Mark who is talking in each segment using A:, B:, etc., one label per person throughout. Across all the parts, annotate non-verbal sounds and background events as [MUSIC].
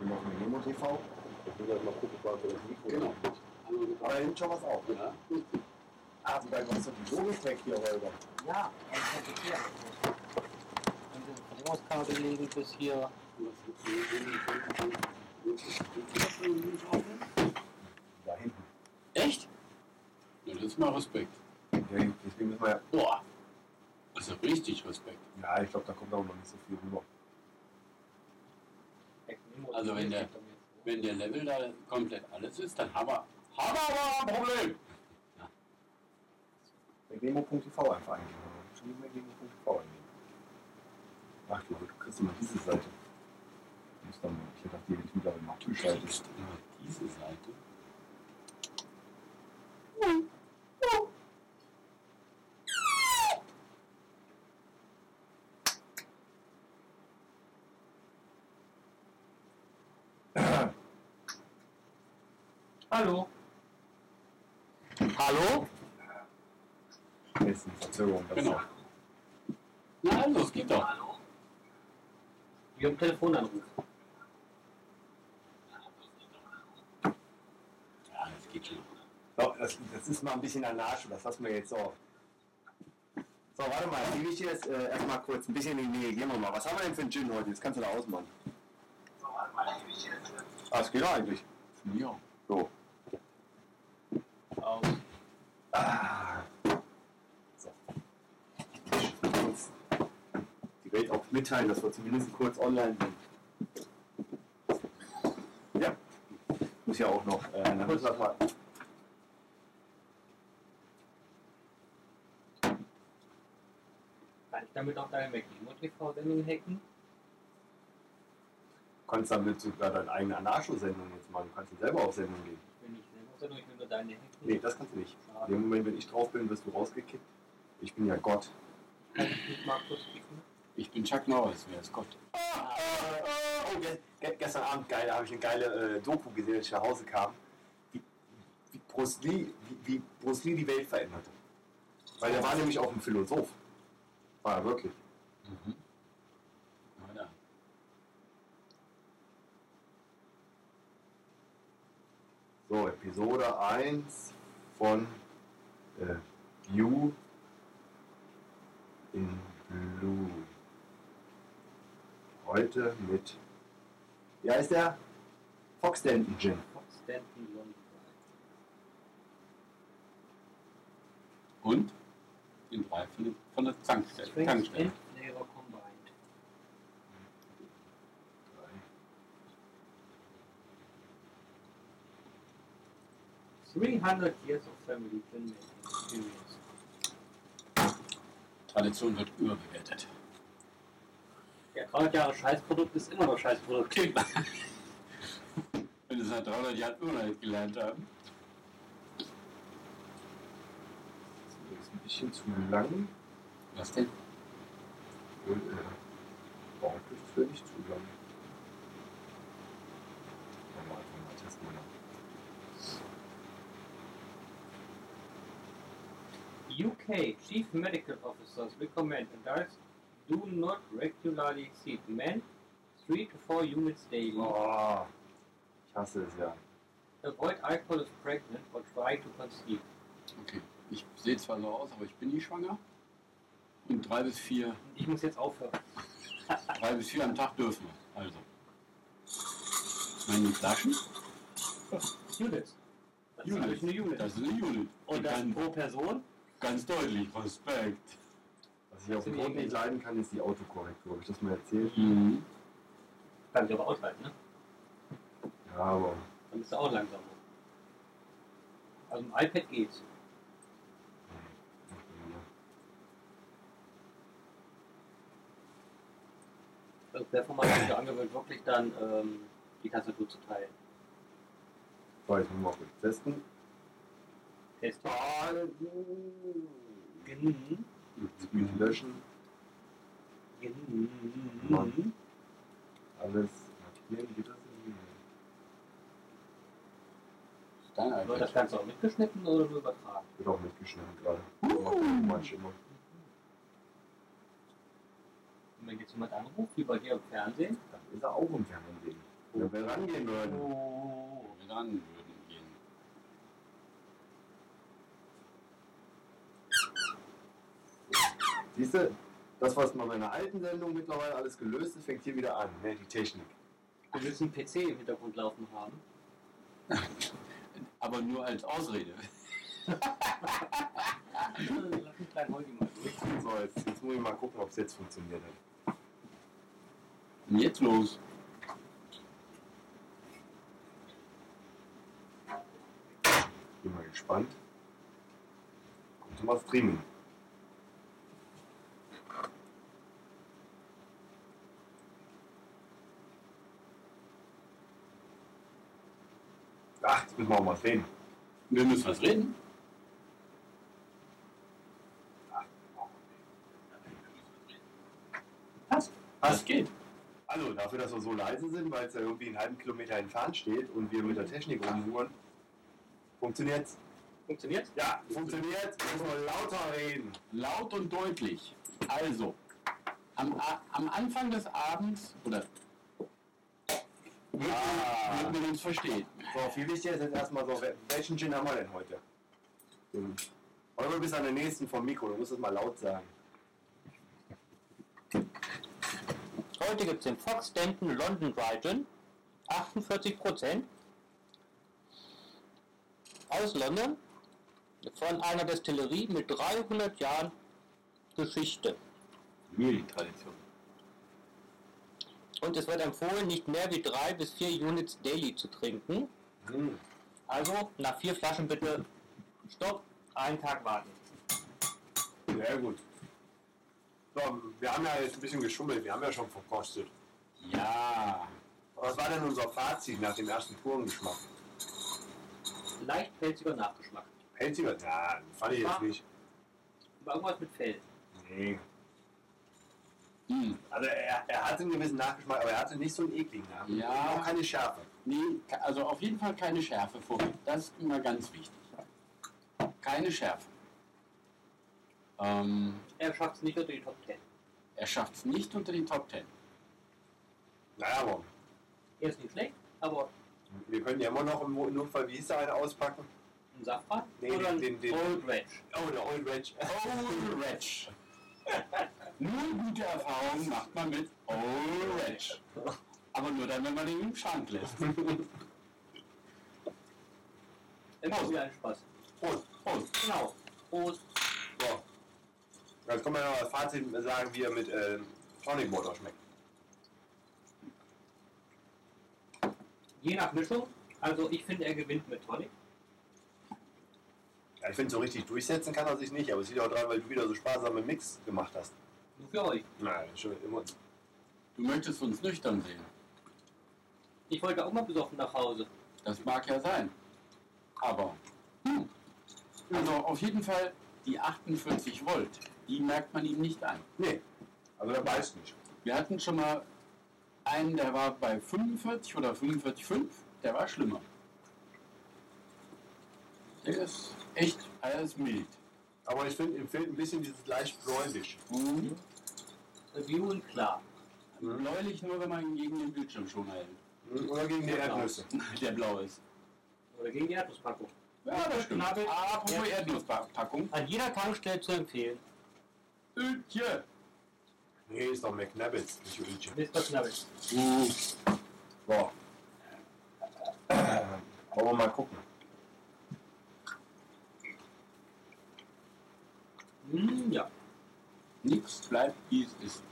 A: machen wir Nemo TV.
B: Ich will
A: halt
B: gleich mal gucken, was das Mikro
A: Genau. Aber nimmt schon was auf.
B: Ja.
A: Ah, wobei, was ist denn die Logik weg hier, Holger?
C: Ja, ein Sekretär. Und das Großkabel legen bis hier.
A: Da hinten.
D: Echt? Ja, das ist mal Respekt.
A: Der hinten. Deswegen müssen wir ja.
D: Boah. Das ist ja richtig Respekt.
A: Ja, ich glaube, da kommt auch noch nicht so viel rüber.
D: Also wenn der- Wenn der Level da komplett alles ist, dann haben wir, haben wir aber ein Problem.
A: Mit Nemo.tv einfach eingeben. Schon nicht mehr Nemo.tv eingeben. Ach du, du kriegst immer diese Seite. Du musst dann mal, ich hätte auf die Twitter mal
D: Du
A: zuschalten.
D: schreibst immer diese Seite.
C: Hallo. Hallo?
A: Das ist eine Verzögerung. Das
D: Genau. Na also, es geht doch.
C: Hallo? Wir haben Telefonanruf.
D: Ja, es geht schon.
A: So, das, das ist mal ein bisschen an der Arsch, das lassen wir jetzt so. So, warte mal, die ich jetzt äh, erstmal kurz ein bisschen in die Nähe. Gehen wir mal. Was haben wir denn für einen Gin heute? Jetzt kannst du da ausmachen. Ah, es geht ja eigentlich.
D: Ja.
A: So.
C: Aus.
A: Ah. kurz die Welt auch mitteilen, dass wir zumindest kurz online sind. Ja, muss ja auch noch. Äh, dann müssen wir mal.
C: Kann ich damit auch deine McNemo-TV-Sendung hacken?
A: Du kannst damit sogar deine eigene Anarcho-Sendung jetzt machen. Du kannst dann selber auf Sendung gehen.
C: Ich will nicht selber, sondern ich will nur deine hacken.
A: Nee, das kannst du nicht.
C: Ah,
A: In dem Moment, wenn ich drauf bin, wirst du rausgekickt. Ich bin ja Gott.
C: Kann ich mit Markus sprechen?
D: Ich bin Chuck Norris, wer ist Gott?
A: Oh, ge ge gestern Abend geil, da habe ich eine geile äh, Doku gesehen, als ich nach Hause kam, wie, wie, Bruce Lee, wie, wie Bruce Lee die Welt veränderte. Weil der war nämlich auch ein Philosoph. War er wirklich.
D: Mhm. Na ja.
A: So, Episode 1 von äh, You in Blue. Heute mit, wie heißt der? Fox Denton Gin.
C: Fox, Stanton, Lonnie
D: Und in drei von der, von der Tankstelle.
C: Strings
D: Tankstelle.
C: and Flavor combined. Three hundred years of family film experience.
D: Tradition wird überbewertet.
C: Ja, 300 Jahre Scheißprodukt ist immer noch [LAUGHS] Scheißprodukt.
D: Okay. [LAUGHS] Wenn es nach 300 Jahren immer noch nicht gelernt haben.
A: Das ist ein bisschen zu lang.
D: Was denn?
A: Und, äh, warum ist das für dich zu lang? Machen wir einfach mal testen. wir
C: UK Chief Medical Officers recommend adults do not regularly exceed men three to four units daily.
A: mal. Oh, ich hasse es ja.
C: Avoid alcohol if pregnant or try to conceive.
D: Okay. Ich sehe zwar so aus, aber ich bin nicht schwanger. Und drei bis vier,
C: Ich muss jetzt aufhören.
D: drei bis vier am Tag dürfen wir. Also. Meine Flaschen?
C: Units. Das ist natürlich eine Unit.
D: Das ist eine Unit.
C: Und das
D: ganz,
C: pro Person?
D: ganz deutlich. Respekt.
A: Was ich auf dem Boden nicht leiden kann, ist die Autokorrektur. Habe ich das mal erzählt?
D: Mhm.
C: Kann ich aber aushalten, ne?
A: Ja, aber
C: Dann bist du auch langsamer. Also im iPad geht's. Also der Format ist ja angewöhnt, wirklich dann ähm, die Tastatur zu teilen.
A: So, jetzt müssen wir mal kurz testen.
C: Test.
A: Mit
C: Gen-
A: löschen,
C: gen-
A: Mann. alles markieren, geht das irgendwie?
D: Dein
C: Wird das
D: iPad.
C: Ganze auch mitgeschnitten oder nur übertragen?
A: Wird auch mitgeschnitten gerade. Macht manche immer.
C: Und wenn jetzt jemand anruft, wie bei dir im Fernsehen,
A: Dann ist er auch im Fernsehen. Wenn wir rangehen würden.
D: Wo Oh, wir ran würden gehen.
A: Siehst du, das, was bei meiner alten Sendung mittlerweile alles gelöst ist, fängt hier wieder an, ne? die Technik.
C: Du willst einen PC im Hintergrund laufen haben.
D: Aber nur als Ausrede.
C: Lass mich klein Holgi mal durch.
A: So, jetzt, jetzt muss ich mal gucken, ob es jetzt funktioniert hat.
D: Und jetzt los.
A: Bin mal gespannt. Kommt schon mal Streaming. Ach, jetzt müssen wir auch mal sehen.
D: Wir müssen was reden. Was? Was geht?
A: Hallo, dafür, dass wir so leise sind, weil es ja irgendwie einen halben Kilometer entfernt steht und wir mit der Technik rumhuren. Funktioniert's?
C: Funktioniert?
A: Ja, funktioniert. Müssen wir lauter reden.
D: Laut und deutlich. Also, am, A- am Anfang des Abends, oder
A: Ah.
D: wird man uns verstehen.
A: So, viel wichtiger ist jetzt erstmal so, wel- welchen Gin haben wir denn heute? Mhm. Eure bis an den nächsten vom Mikro, du musst es mal laut sagen.
C: Heute gibt es den Fox Denton London Dry Gin. 48% aus London von einer Destillerie mit 300 Jahren Geschichte.
D: Mühlentradition.
C: Und es wird empfohlen, nicht mehr wie 3 bis 4 Units daily zu trinken.
A: Mhm.
C: Also nach 4 Flaschen bitte Stopp, einen Tag warten.
A: Sehr gut. So, wir haben ja jetzt ein bisschen geschummelt, wir haben ja schon verkostet.
D: Ja,
A: Was war denn unser Fazit nach dem ersten Kurengeschmack?
C: Leicht pelziger Nachgeschmack.
A: Hält sie was? Na, fand ich jetzt
C: Ah.
A: nicht.
C: Aber irgendwas mit Fell.
A: Nee.
D: hm.
A: Also er, er hatte einen gewissen Nachgeschmack, aber er hatte nicht so einen ekligen Nachgeschmack.
D: Ja.
A: Auch keine Schärfe.
D: nee, ke- also auf jeden Fall keine Schärfe vorweg. Das ist immer ganz wichtig. Keine Schärfe. Ähm,
C: Er schafft es nicht unter die Top 10.
D: er schafft es nicht unter die Top Ten.
A: Naja, aber
C: Er ist nicht schlecht, aber
A: wir können ja immer noch im Notfall, wie hieß der eine auspacken?
C: ein Safran
A: Nee,
C: oder ein
A: den- den-
C: Old Ranch.
A: Oh, der Old Ranch.
D: Old Ratch. [LAUGHS] Nur gute Erfahrungen macht man mit Old Ratch. Aber nur dann, wenn man ihn im Schrank lässt.
C: Immer wieder ein Spaß.
A: Prost.
D: Prost.
C: Genau. Prost.
A: So. Jetzt können wir noch das Fazit sagen, wie er mit ähm, Tonic Water schmeckt.
C: Je nach Mischung. Also ich finde, er gewinnt mit Tonic.
A: Ja, ich finde, so richtig durchsetzen kann er sich nicht, aber es liegt auch daran, weil du wieder so sparsame Mix gemacht hast.
C: Nur für euch.
A: Nein, schon immer.
D: Du möchtest uns nüchtern sehen.
C: Ich wollte auch mal besoffen nach Hause.
D: Das mag ja sein. Aber, hm. Also auf jeden Fall die 48 Volt, die merkt man ihm nicht an.
A: Nee, also der beißt nicht.
D: Wir hatten schon mal einen, der war bei 45 oder 45,5, der war schlimmer. Der ist echt, er ist mild.
A: Aber ich finde, ihm fehlt ein bisschen dieses leicht bläulich.
D: Mhm.
C: Viewing klar.
D: Bläulich nur, wenn man ihn gegen den Bildschirm schon hält. [LAUGHS]
A: Hm, Oder gegen die
C: Ja, genau.
A: Erdnüsse.
D: Der blau ist.
C: Oder gegen die Erdnusspackung.
D: Ja, das stimmt.
C: Schnabel.
D: Apropos Erdnusspackung. Äh,
C: An jeder Tankstelle zu empfehlen.
D: Ötje.
A: Nee, ist doch McNabbits, nicht Hühnchen.
C: Mr. Knabbel.
D: Uh,
A: So. Wollen wir mal gucken.
C: Mm, ja.
D: nichts bleibt, wie es ist.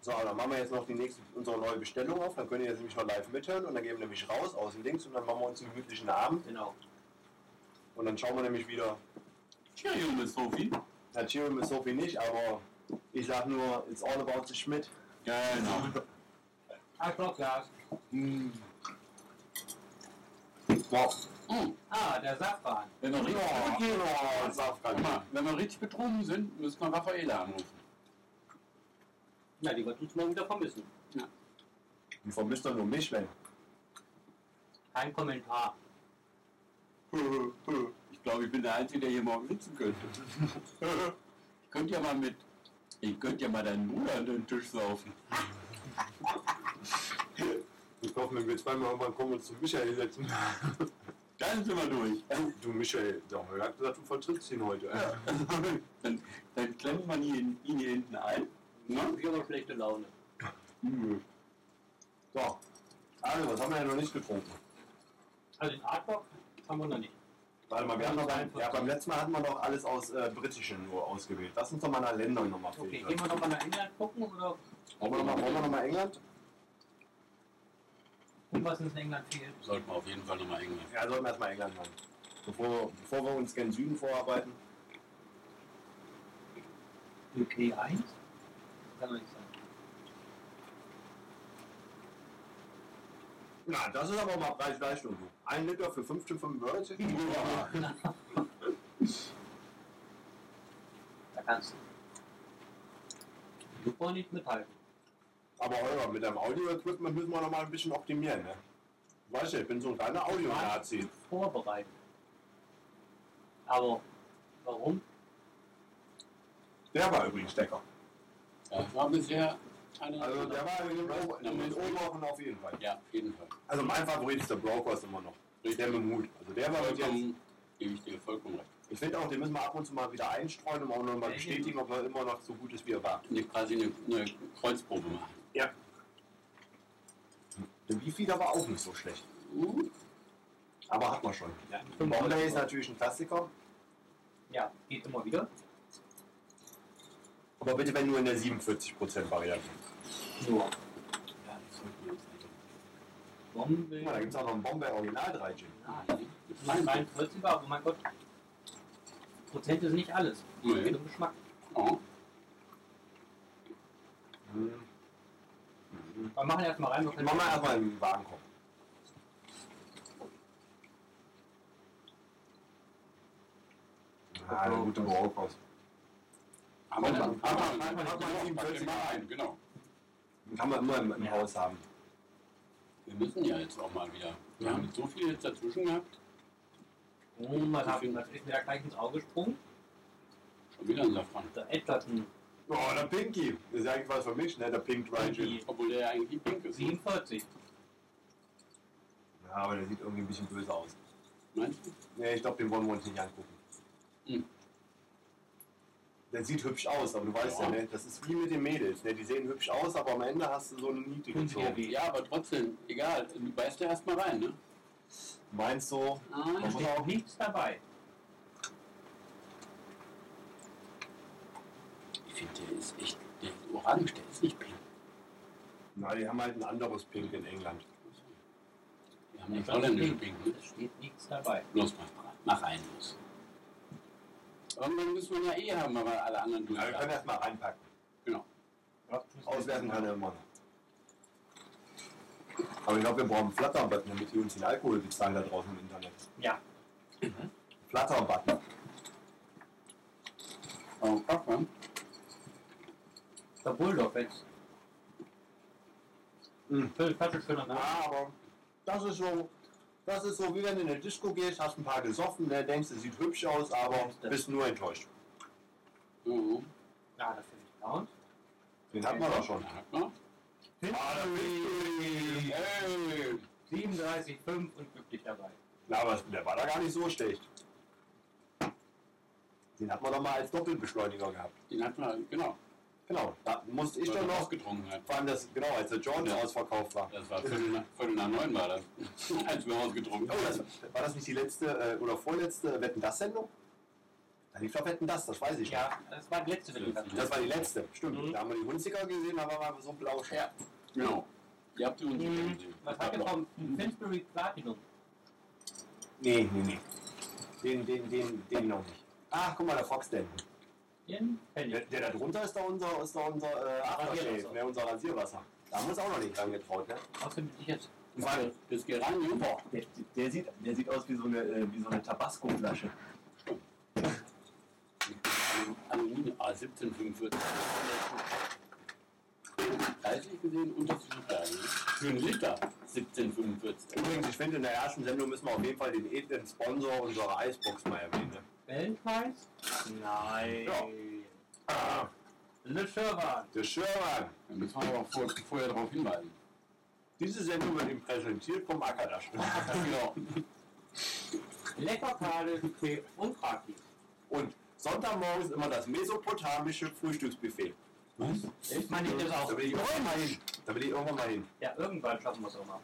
A: So, dann machen wir jetzt noch die nächste, unsere neue Bestellung auf. Dann könnt ihr jetzt nämlich noch live mithören und dann gehen wir nämlich raus aus den Links und dann machen wir uns einen gemütlichen Abend.
C: Genau.
A: Und dann schauen wir nämlich wieder,
D: Cheerio, Miss Sophie.
A: na, Cheerio ist Sophie nicht, aber ich sag nur, it's all about the Schmidt.
D: Genau.
C: Arschlochglas.
D: Mm.
A: Wow.
D: Mm.
C: Ah, der Safran.
D: Wenn, wir
A: Ja,
D: richtig,
A: genau, das darf gar
D: Guck
A: nicht.
D: mal, wenn wir richtig betrunken sind, müssen wir Raffaela anrufen.
C: Na, die wird uns morgen wieder vermissen.
A: Die vermisst doch nur mich, wenn.
C: Kein Kommentar.
D: Ich glaube, ich bin der Einzige, der hier morgen sitzen könnte. ich könnte ja mal mit
E: Ihr könnt ja mal deinen Bruder an den Tisch saufen.
A: Ich hoffe, wenn wir zweimal irgendwann kommen und zu Michael setzen.
E: Dann sind wir
D: [LAUGHS]
E: durch.
A: [LAUGHS] Du, Michael, der Holger hat gesagt, du vertrittst ihn heute.
E: dann, dann klemmt man ihn, ihn hier hinten ein. Ne?
C: Ich habe schlechte Laune.
A: So. Also, was haben wir ja noch nicht getrunken?
C: Also den Artbock haben wir noch nicht.
A: Warte mal, wir haben noch beim, ja, beim letzten Mal hatten wir noch alles aus äh, britischen nur ausgewählt. Lass uns doch mal nach Ländern nochmal
C: Okay, gehen wir noch mal nach England gucken oder
A: Wollen wir nochmal noch mal- wollen wir noch mal England?
C: um was uns in England fehlt?
E: Sollten wir auf jeden Fall nochmal England.
A: Ja, sollten wir erstmal England machen. Bevor, wir- bevor wir uns gen Süden vorarbeiten.
C: UK 1? Kann doch nicht sein.
A: Na, das ist aber mal Preis-Leistung. du. Ein Liter für 15,95?
C: Da kannst du. Super nicht mithalten.
A: Aber Holger, mit deinem Audio-Equipment müssen wir noch mal ein bisschen optimieren, ne? Du weißt ja, ich bin so ein kleiner Audio-Nazi.
C: Vorbereiten. Aber warum?
A: Der war übrigens Stecker.
E: Das war bisher eine.
A: Also der war in den, Ober in den Oberwochen auf jeden Fall.
E: ja, auf jeden Fall.
A: Also mein Favorit ist der Broker ist immer noch. Der mit Mut. Also der war jetzt,
E: Vollkommen, gebe ich dir vollkommen recht.
A: Ich finde auch, den müssen wir ab und zu mal wieder einstreuen, um auch nochmal
C: Welchen?
A: bestätigen, ob er immer noch so gut ist, wie er war.
E: Eine, quasi eine, eine Kreuzprobe machen.
A: Der Beefy, der war auch nicht so schlecht.
E: Uh,
A: Aber hat man schon.
C: Ja,
A: Bombay ist natürlich ein Klassiker.
C: Ja, geht immer wieder.
A: Aber bitte, wenn nur in der 47% Variante.
C: Nur.
E: ja, das sollten wir uns nicht.
A: Guck mal, da
C: Bombe.
A: gibt es auch noch einen Bombay Original 3 Gin.
C: Ah,
E: Das
C: mein
E: ist mein
C: 43 war, aber mein Gott. Prozent ist nicht alles.
E: Nee.
C: Geht um Geschmack.
E: Oh,
A: ne?
C: Wir machen erstmal rein, was wir
A: Mach mal erstmal im Warenkorb. Ah, eine gute Brokost.
E: haben wir
A: Haben
E: dann. halt
A: wir- haben wir- haben wir- haben wir-
E: Pack den mal ein, genau.
A: Kann man immer im, im Haus haben.
E: Wir müssen ja jetzt auch mal wieder. Wir haben so viel jetzt dazwischen gehabt.
C: Oh, mal haben, das ist mir da gleich ins Auge gesprungen.
E: Schon wieder ein Safran.
C: Der Edgerton
A: Oh, der Pinky. Das ist eigentlich was für mich, ne? Der Pink Dry Gin.
C: Pinky.
E: Obwohl der ja eigentlich pink ist.
C: 47.
A: Ja, aber der sieht irgendwie ein bisschen böse aus.
E: Meinst du?
A: Ne, ich glaube, den wollen wir uns nicht angucken.
E: Hm.
A: Der sieht hübsch aus, aber du weißt ja,
E: Ja.
A: ne? Das ist wie mit den Mädels, ne? Die sehen hübsch aus, aber am Ende hast du so eine Niete
C: Tun sie ja
A: gezogen.
C: weh.
E: Ja, aber trotzdem, egal. Du beißt ja erstmal rein, ne?
A: Meinst du?
C: Da
E: Nein.
A: Warum?
C: steht auch nichts dabei.
E: Ich finde, der ist echt. Der ist orange, der ist nicht pink.
A: Na, die haben halt ein anderes Pink in England.
E: Wir haben nicht holländische Pink, ne?
C: Da steht nichts dabei.
E: Los, mach, rein. mach rein, los. Irgendwann müssen wir ja eh haben, aber alle anderen durch.
A: Ja, wir können erstmal reinpacken.
C: Ja, tschüss.
A: Auswerfen kann er immer noch. Aber ich glaube, wir brauchen einen Flatterbutton, damit die uns den Alkohol bezahlen da draußen im Internet.
C: Ja,
A: Flatterbutton.
E: Oh, pack mal.
C: der Bulldog jetzt.
A: Mhm.
C: Schön, Flasche schöner ne? Name.
A: Ja, aber das ist so, das ist so, wie wenn du in eine Disco gehst, hast ein paar gesoffen, ne, denkst, es sieht hübsch aus, aber bist nur enttäuscht.
E: Mhm.
C: Ja, das finde ich
A: Ah.
C: down.
A: Den hatten wir doch schon.
E: Ja, hat man. Hey.
C: 37,5 und glücklich dabei.
A: Na, aber der war da gar nicht so schlecht. Den hat man doch mal als Doppelbeschleuniger gehabt.
E: Den hat man, genau.
A: Genau, da musste ich
E: weil
A: dann
E: er
A: noch,
E: ausgetrunken hat.
A: vor allem das, genau, als der George
E: Ja.
A: ausverkauft war.
E: Das war Viertel nach, Viertel nach neun war das, [LAUGHS] als wir ausgetrunken
A: Oh, das,
E: haben.
A: war das nicht die letzte äh, oder vorletzte Wetten das Sendung? Da lief doch Wetten das, das weiß ich
C: Ja, das war die letzte Weltcup.
A: nicht. Das war die letzte, stimmt.
C: Mhm.
A: Da haben wir die Hunziker gesehen, da waren wir so blau.
E: Ja. Genau. Ihr habt die uns
C: Mhm.
E: gesehen.
C: Was hat ihr vom Finsbury Platinum?
A: Nee, nee, nee. Den, den, den, den noch nicht. Ach, guck mal, der Fox Denton.
C: Den
A: Der,
C: Penny.
A: der da drunter ist da unser, ist da unser äh, Aftershave,
C: Rasierwasser.
A: ne, unser Rasierwasser. Da haben wir uns auch noch nicht dran getraut, ne?
C: Außerdem bin ich jetzt.
E: Das war das Geranium. Boah.
A: Der, sieht, der sieht aus wie so eine, äh, wie so eine Tabasco-Flasche.
E: Aluminium. Ah, 1745. 30 gesehen, unterschiedliche Frage. Für einen Liter 1745.
A: Übrigens, ich finde, in der ersten Sendung müssen wir auf jeden Fall den edlen Sponsor unserer Eisbox mal erwähnen. Ne?
C: Wellenpreis? Nein.
A: Ah,
C: Le Sherwan.
A: Der Schirmer.
E: Da müssen wir aber vor, vorher darauf hinweisen.
A: Diese Sendung wird ihm präsentiert vom [LAUGHS] Akadasch.
E: genau.
C: Leckerkade, Buffet und Party.
A: Und Sonntagmorgens immer das mesopotamische Frühstücksbuffet.
C: Ich meine, ich das auch.
A: Da will ich irgendwann mal hin. Da will ich irgendwann mal hin.
C: Ja, irgendwann schaffen wir es auch mal.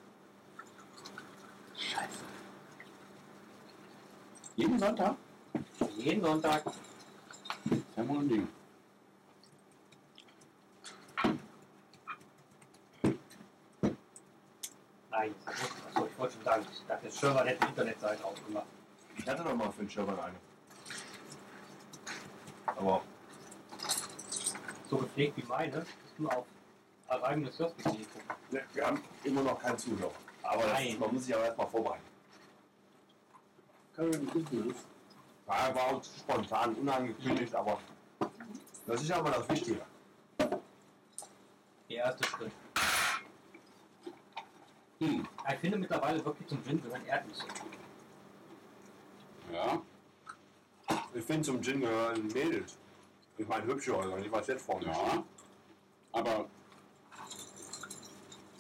E: Jeden Sonntag?
C: Jeden Sonntag.
E: Das haben wir ein Ding.
C: Nein, ich hab nicht- achso, ich wollte schon sagen, ich dachte, der Sherwan hätte eine Internetseite aufgemacht.
A: Ich hatte doch mal für den Schirmer eine. Aber
C: So gepflegt wie meine, ist nur auf auf eigenes Kiosk-Idee gucken.
A: ne, wir haben immer noch keinen Zuhörer. Aber das,
C: Nein.
A: man muss sich aber erstmal vorbereiten.
B: Kann man nicht wissen, das
A: Ja, war uns spontan, unangekündigt, aber das ist ja mal das Wichtige.
C: Der erste Schritt.
E: Hm.
C: Ja, Ich finde mittlerweile wirklich zum Gin gehören Erdnüsse.
E: Ja.
A: Ich finde zum Gin gehören Mädels. Ich meine hübsche Häuser, nicht was jetzt vorne
E: Ja. Aber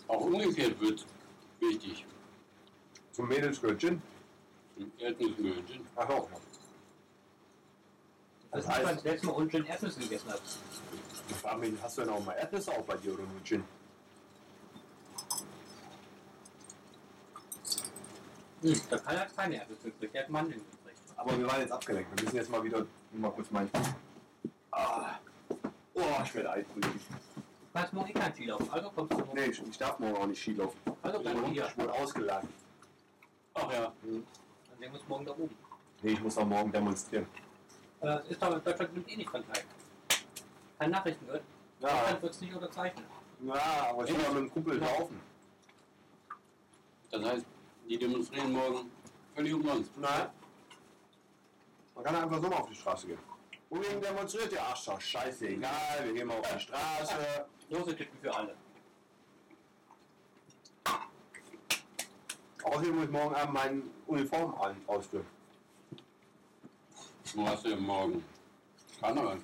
E: auch umgekehrt wird wichtig.
A: steht. Zum Mädels gehört Gin.
E: Erdnüsse gehören Gin.
A: Ach auch, ja. Das
C: Das ist heißt,
A: heißt-
C: beim letzten Mal ohne Gin Erdnüsse gegessen habe.
A: Ich frage mich, hast du denn auch mal Erdnüsse auch bei dir oder nur Gin?
C: Hm. Da kann halt keine Erdnüsse übrig, der hat Mandeln übrig.
A: Aber wir waren jetzt abgelenkt. Wir müssen jetzt mal wieder mal kurz mein. Ah. Oh, ich werde altbrüchig.
C: Du kannst morgen eh kein Chili laufen, also kommst du morgen.
A: Nee, ich, ich darf morgen auch nicht Ski laufen.
C: Also
A: Ich
C: bleib
A: wurde,
C: hier.
A: ich wurde ausgeladen.
E: Ach ja.
C: Hm. Dann sehen wir uns morgen da oben.
A: Nee, ich muss auch morgen demonstrieren.
C: Äh, Das ist aber in Deutschland nimmt eh nicht verteilt. Keine Nachrichten wird.
A: Ja,
C: Deutschland wird es nicht unterzeichnen.
A: ja aber ich will mal mit dem Kumpel laufen.
E: Das heißt, die demonstrieren morgen völlig umsonst.
A: Nein. Man kann einfach so mal auf die Straße gehen. Wogegen demonstriert ihr? Ach, ist doch scheißegal, wir gehen mal auf die Straße.
C: Große Tüten für alle.
A: Außerdem muss ich morgen Abend meine Uniform an- ausführen.
E: Wo hast du denn morgen? Karneval.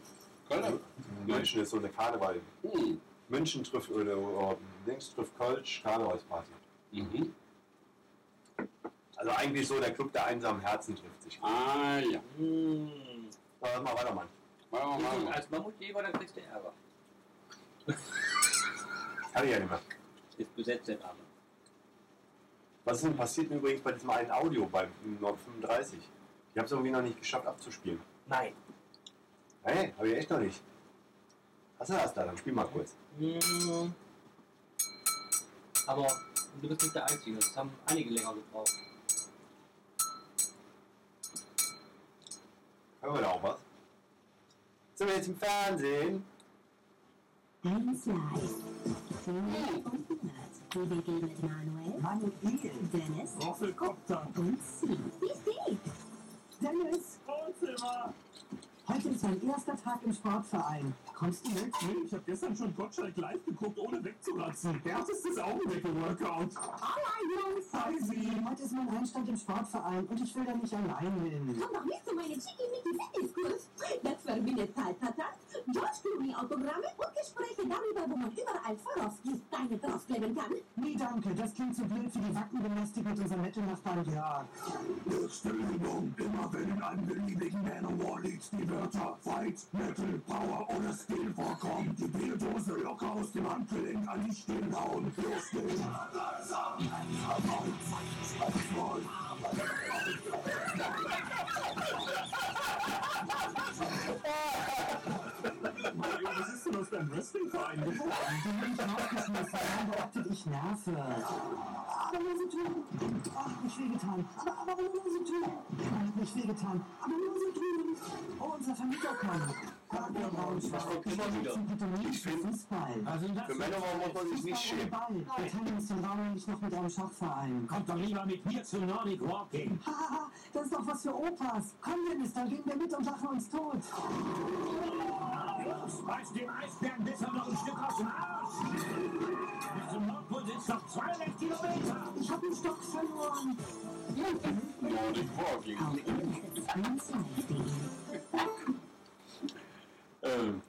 E: Köln?
A: München ist so eine Karneval.
E: Hm.
A: München trifft, oder, oder links trifft Kölsch, Karnevalsparty.
E: Mhm.
A: Also eigentlich so der Club der einsamen Herzen trifft sich.
E: Ah ja.
C: Mmh.
A: Aber mal weiter, Mann.
E: Machen wir mal.
C: Als Mammutjäger, dann kriegst du Ärger.
A: Kann ich ja nicht mehr.
C: Ist besetzt der Name.
A: Was ist denn passiert denn übrigens bei diesem einen Audio beim 35? Ich habe es irgendwie noch nicht geschafft abzuspielen.
C: Nein.
A: Hey, habe ich echt noch nicht. Hast du das da? Dann spiel mal kurz.
C: Mmh. Aber du bist nicht der Einzige. Das haben einige länger gebraucht.
A: Hören wir da auch was? Sind wir jetzt im Fernsehen?
F: WDG mit Manuel, Manu Igel, Dennis, Russell Kopter und Steve. Wie Dennis! Wohnzimmer!
G: Heute ist mein erster Tag im Sportverein. Kommst du mit? Nee, ich habe gestern schon Gottschalk live geguckt, ohne wegzuratzen. Härtestes Augenwickel-Workout.
F: Hallo Jungs!
G: Heisi! Heute ist mein Einstand im Sportverein und ich will da nicht allein hin.
F: Komm doch mit zu meinem Schickimicki-Fitnesskurs. Das verbindet Zeitvertrag, George-Clooney-Autogramme und Gespräche darüber, wo man überall Swarovski-Steine draufkleben kann.
G: Nee, danke, das klingt zu blöd für die Wackengymnastik mit unserem Metal-Nachbarn Jörg. Nächste Übung. Immer wenn in einem beliebigen Manowar-Lied die Wörter Fight, Metal, Power oder Skill vorkommen, die Bierdose locker aus dem Handgelenk an die Stirn hauen. Los geht's. Was ist denn aus deinem Wrestling-Verein geworden? Die haben mich rausgeschmissen, haben behauptet, ich nerve. Aber nur so tun. Ach, nicht wehgetan. Aber, aber nur so tun. Ach, nicht wehgetan. Aber nur so tun. Oh, unser Vermieter kommt. Daniel Braunschweig.
C: kommt immer wieder.
G: Ich finde Fußball. Also das
A: Für Männerwahl muss man sich nicht schämen.
G: Ball. Wir teilen uns den Raum nicht noch mit einem Schachverein. Kommt doch lieber mit mir zu Nordic [LAUGHS] Walking. Haha, das ist doch was für Opas. Komm, Dennis, dann gehen wir mit und lachen uns tot. Schmeiß den Eisbären besser noch ein Stück aus dem Arsch. Bis zum Nordpol sind es noch 200 Kilometer. Ich habe den Stock verloren.
E: Nordic Walking.
F: Auf internetseite.de
E: Ähm,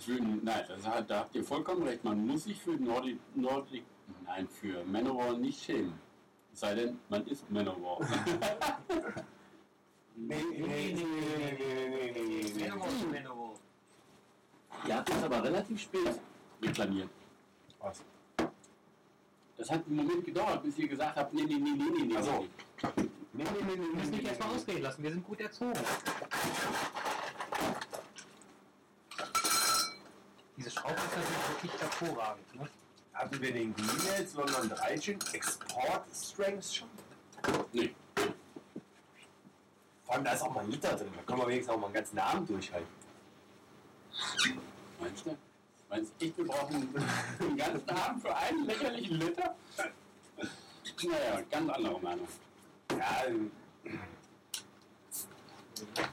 E: schön, na, das hat, da habt ihr vollkommen recht. Man muss sich für Nordic, Nordic nein, für Manowar nicht schämen. Es sei denn, man ist Manowar.
A: Nee, nee, nee, nee, nee, nee, nee, nee, nee.
C: Manowar ist Manowar.
E: [LAUGHS] ihr habt das aber relativ spät reklamiert.
A: Was?
E: Das hat einen Moment gedauert, bis ihr gesagt habt, nee, nee, nee, nee, nee, nee.
A: Ach so.
E: nee.
A: Nee, nee, nee, nee,
C: Wir müssen
A: nee,
C: dich
A: nee,
C: erstmal
A: nee.
C: ausreden lassen, wir sind gut erzogen. Diese Schraube ist natürlich wirklich hervorragend. Ne?
A: Hatten Also wir den Greenheads London 13 Export Strength schon?
E: Nee.
A: Vor allem, da ist auch mal ein Liter drin. Da können wir wenigstens auch mal einen ganzen Abend durchhalten.
E: Meinst du? Meinst du echt, wir brauchen den ganzen Abend für einen lächerlichen Liter? Naja, ganz andere Meinung.
A: Ja, ähm,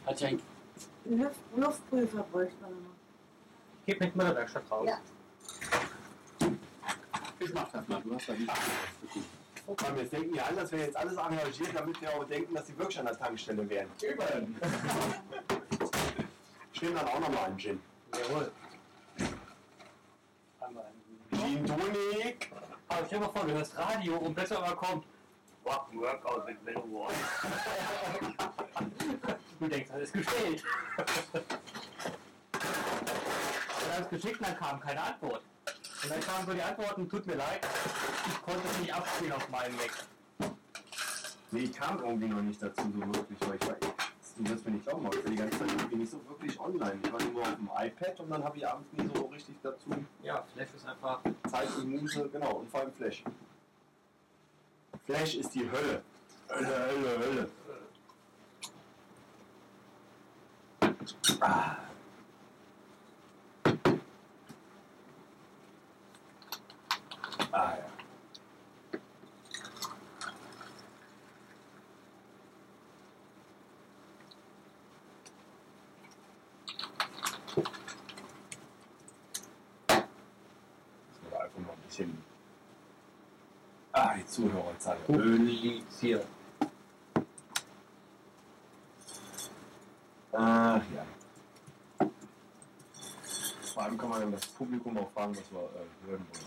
E: Hat ja ein
H: Luft, Luftprüfer bräuchte man noch.
C: Ich gebe mit meiner Werkstatt raus.
H: Ja.
E: Geschmack hat man. Du hast da nicht.
A: guck mal, jetzt denken die an, dass wir jetzt alles engagieren, damit wir auch denken, dass die wirklich an der Tankstelle wären. [LAUGHS]
E: Überall.
A: Ich nehme dann auch nochmal einen Gin.
C: Jawohl. Einmal
A: Gin
C: einen-
A: Tonic.
C: Aber stell dir mal vor, du hörst Radio und besser mal kommt. Rock and Workout mit Manowar. [LAUGHS] du denkst, das ist gestellt. Und dann ist geschickt, dann kam keine Antwort. Und dann kamen so die Antworten, tut mir leid, ich konnte es nicht abspielen auf meinem Mac.
A: Nee, ich kam irgendwie noch nicht dazu, so wirklich, weil ich war, du wirst mir nicht glauben, aber ich war die ganze Zeit irgendwie nicht so wirklich online. Ich war nur auf dem iPad und dann habe ich abends nie so richtig dazu
C: Ja, Flash ist einfach.
A: Zeit und Muße, genau, und vor allem Flash. Flash ist die Hölle. Hölle, Hölle, Hölle. Ah. Ah, ja. Müssen wir einfach noch ein bisschen. Ah, die Zuhörerzahl.
C: Publiziert.
A: Ach ja. Vor allem kann man dann das Publikum auch fragen, was wir äh, hören wollen.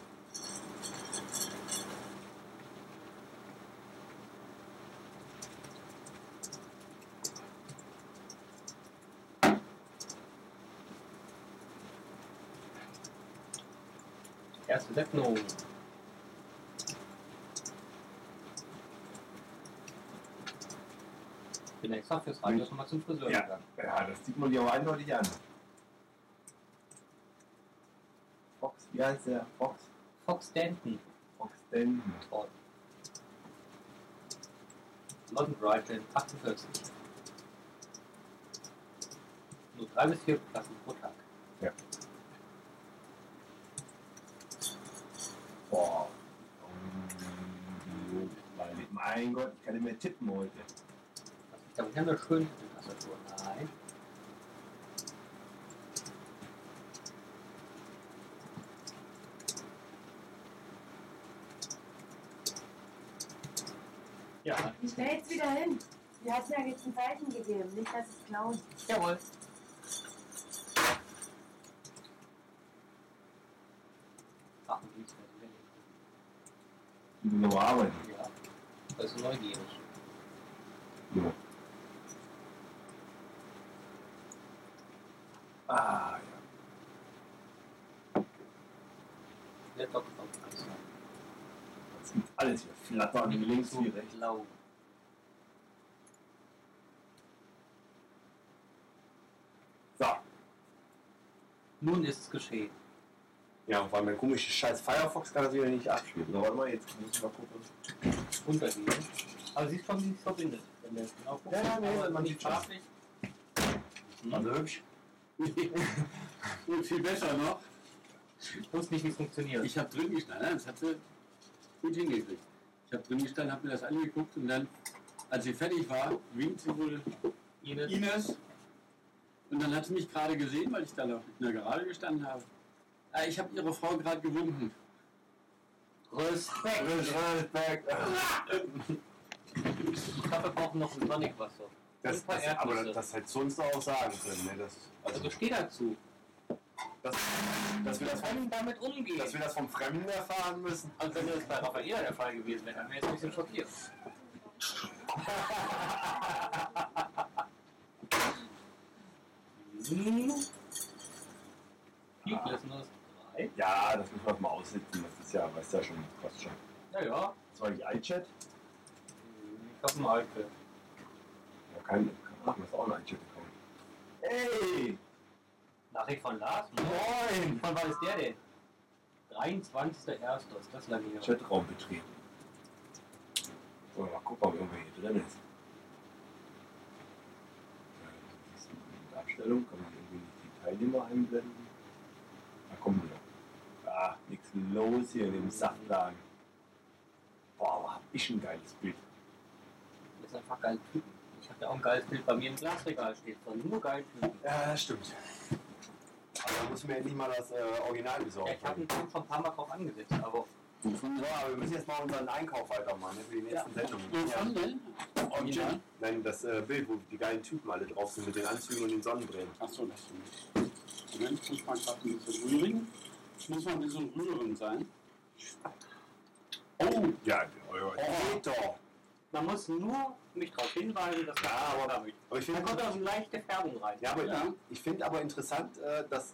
C: Erste Sendung. Ich bin extra fürs Radio schon mal zum Friseur
A: Ja.
C: gegangen.
A: Ja, das sieht man dir auch eindeutig an. Fox, wie heißt der? Fox?
C: Fox Denton.
A: Fox Denton.
C: Toll. London Brighton 48. Nur drei bis vier Klassen pro Tag.
A: Boah. Mein Gott, ich kann nicht mehr tippen heute.
C: Was ich glaube, ich habe eine schöne Tastatur. Nein. Ja,
H: Ich stell's wieder hin. Sie hat ja jetzt ein Zeichen gegeben, nicht dass es klaut.
C: jawohl. Ach, du liebst mich.
A: Nur arbeiten.
C: Ja, das ist neugierig.
A: Ja. Ah,
C: Laptop kommt alles rein.
A: jetzt gibt alles hier. Flattern, links wie rechts.
C: Glauben.
A: So.
C: Nun ist es geschehen.
A: Ja, und weil mein komisches scheiß Firefox kann das wieder nicht abspielen. ne? So, warte mal, jetzt muss ich mal gucken.
C: Untergehen. Aber siehst schon, wie es verbindet. Wenn wir jetzt genau gucken.
A: Ja, nee,
C: Aber
A: man
C: die
A: sieht schon.
C: farblich.
A: Also hübsch.
E: Viel besser ne? noch.
C: Ich wusste nicht, wie es funktioniert.
E: Ich habe drin gestanden, nein, das hat sie gut hingekriegt. Ich habe drin gestanden, habe mir das angeguckt und dann, als sie fertig war, winkt sie wohl
C: Ines.
E: Ines. Und dann hat sie mich gerade gesehen, weil ich da noch in der Gerade gestanden habe. Ah, ich habe ihre Frau gerade gewunken.
C: Respekt.
A: Respekt.
C: Ich glaube, wir brauchen noch ein Sonicwasser.
A: Das,
C: Ein paar
A: das, aber
C: Erdnüsse.
A: das hättest du uns doch auch sagen können. Ne? Das,
C: Also
A: also,
C: steh dazu.
A: dass, dass, wir das vom,
C: können damit umgehen.
A: dass wir das vom Fremden erfahren müssen.
C: und wenn das bei Raffaella der Fall gewesen wäre, dann wäre ich ein bisschen [LAUGHS] schockiert. Hm. Gut, lassen wir es drei.
B: Ja, das müssen wir mal aussitzen. Das ist ja, weißt ja schon, das passt schon.
C: Ja, ja.
B: Das war nicht iChat.
C: Ich halt hab einen Alpe.
B: Ja, kann, kann machen wir es auch in iChat bekommen.
A: Hey!
C: Nachricht von Lars.
A: Moin!
C: Wann war das der denn? 23.01. ist das lange her.
B: Chatraum betrieben. So, mal gucken, ob irgendwer hier drin ist. Ja, das ist eine Ähm, Darstellung, kann man irgendwie nicht die Teilnehmer einblenden. Da kommen wir noch. Ah, nichts los hier in dem Saftladen. Boah, aber hab ich ein geiles Bild.
C: Das ist einfach geil Typen. Ich habe ja auch ein geiles Bild bei mir im Glasregal steht. Von nur geilen Typen.
A: Ja, das stimmt. Aber da muss mir endlich mal das äh, Original besorgen.
C: Ja, ich habe den Film schon ein paar Mal drauf angesetzt, aber
E: Wovon,
A: So, aber wir müssen jetzt mal unseren Einkauf weitermachen ne, für die nächsten Sendungen.
E: wovon denn? Original?
A: Nein, das äh, Bild, wo die geilen Typen alle drauf sind mit den Anzügen und den Sonnenbrillen.
E: Achso, das stimmt. Moment, ich muss mal gerade ein bisschen rühren. Ich muss mal ein bisschen rühren sein.
A: Oh! Ja, euer geht doch!
C: man muss nur mich darauf hinweisen, dass
A: Ja,
C: da
A: aber-
C: damit.
A: Aber ich
C: Da
A: finde
C: kommt auch eine leichte Färbung rein.
A: ja, aber,
E: Ja.
A: Ich find aber interessant, äh, dass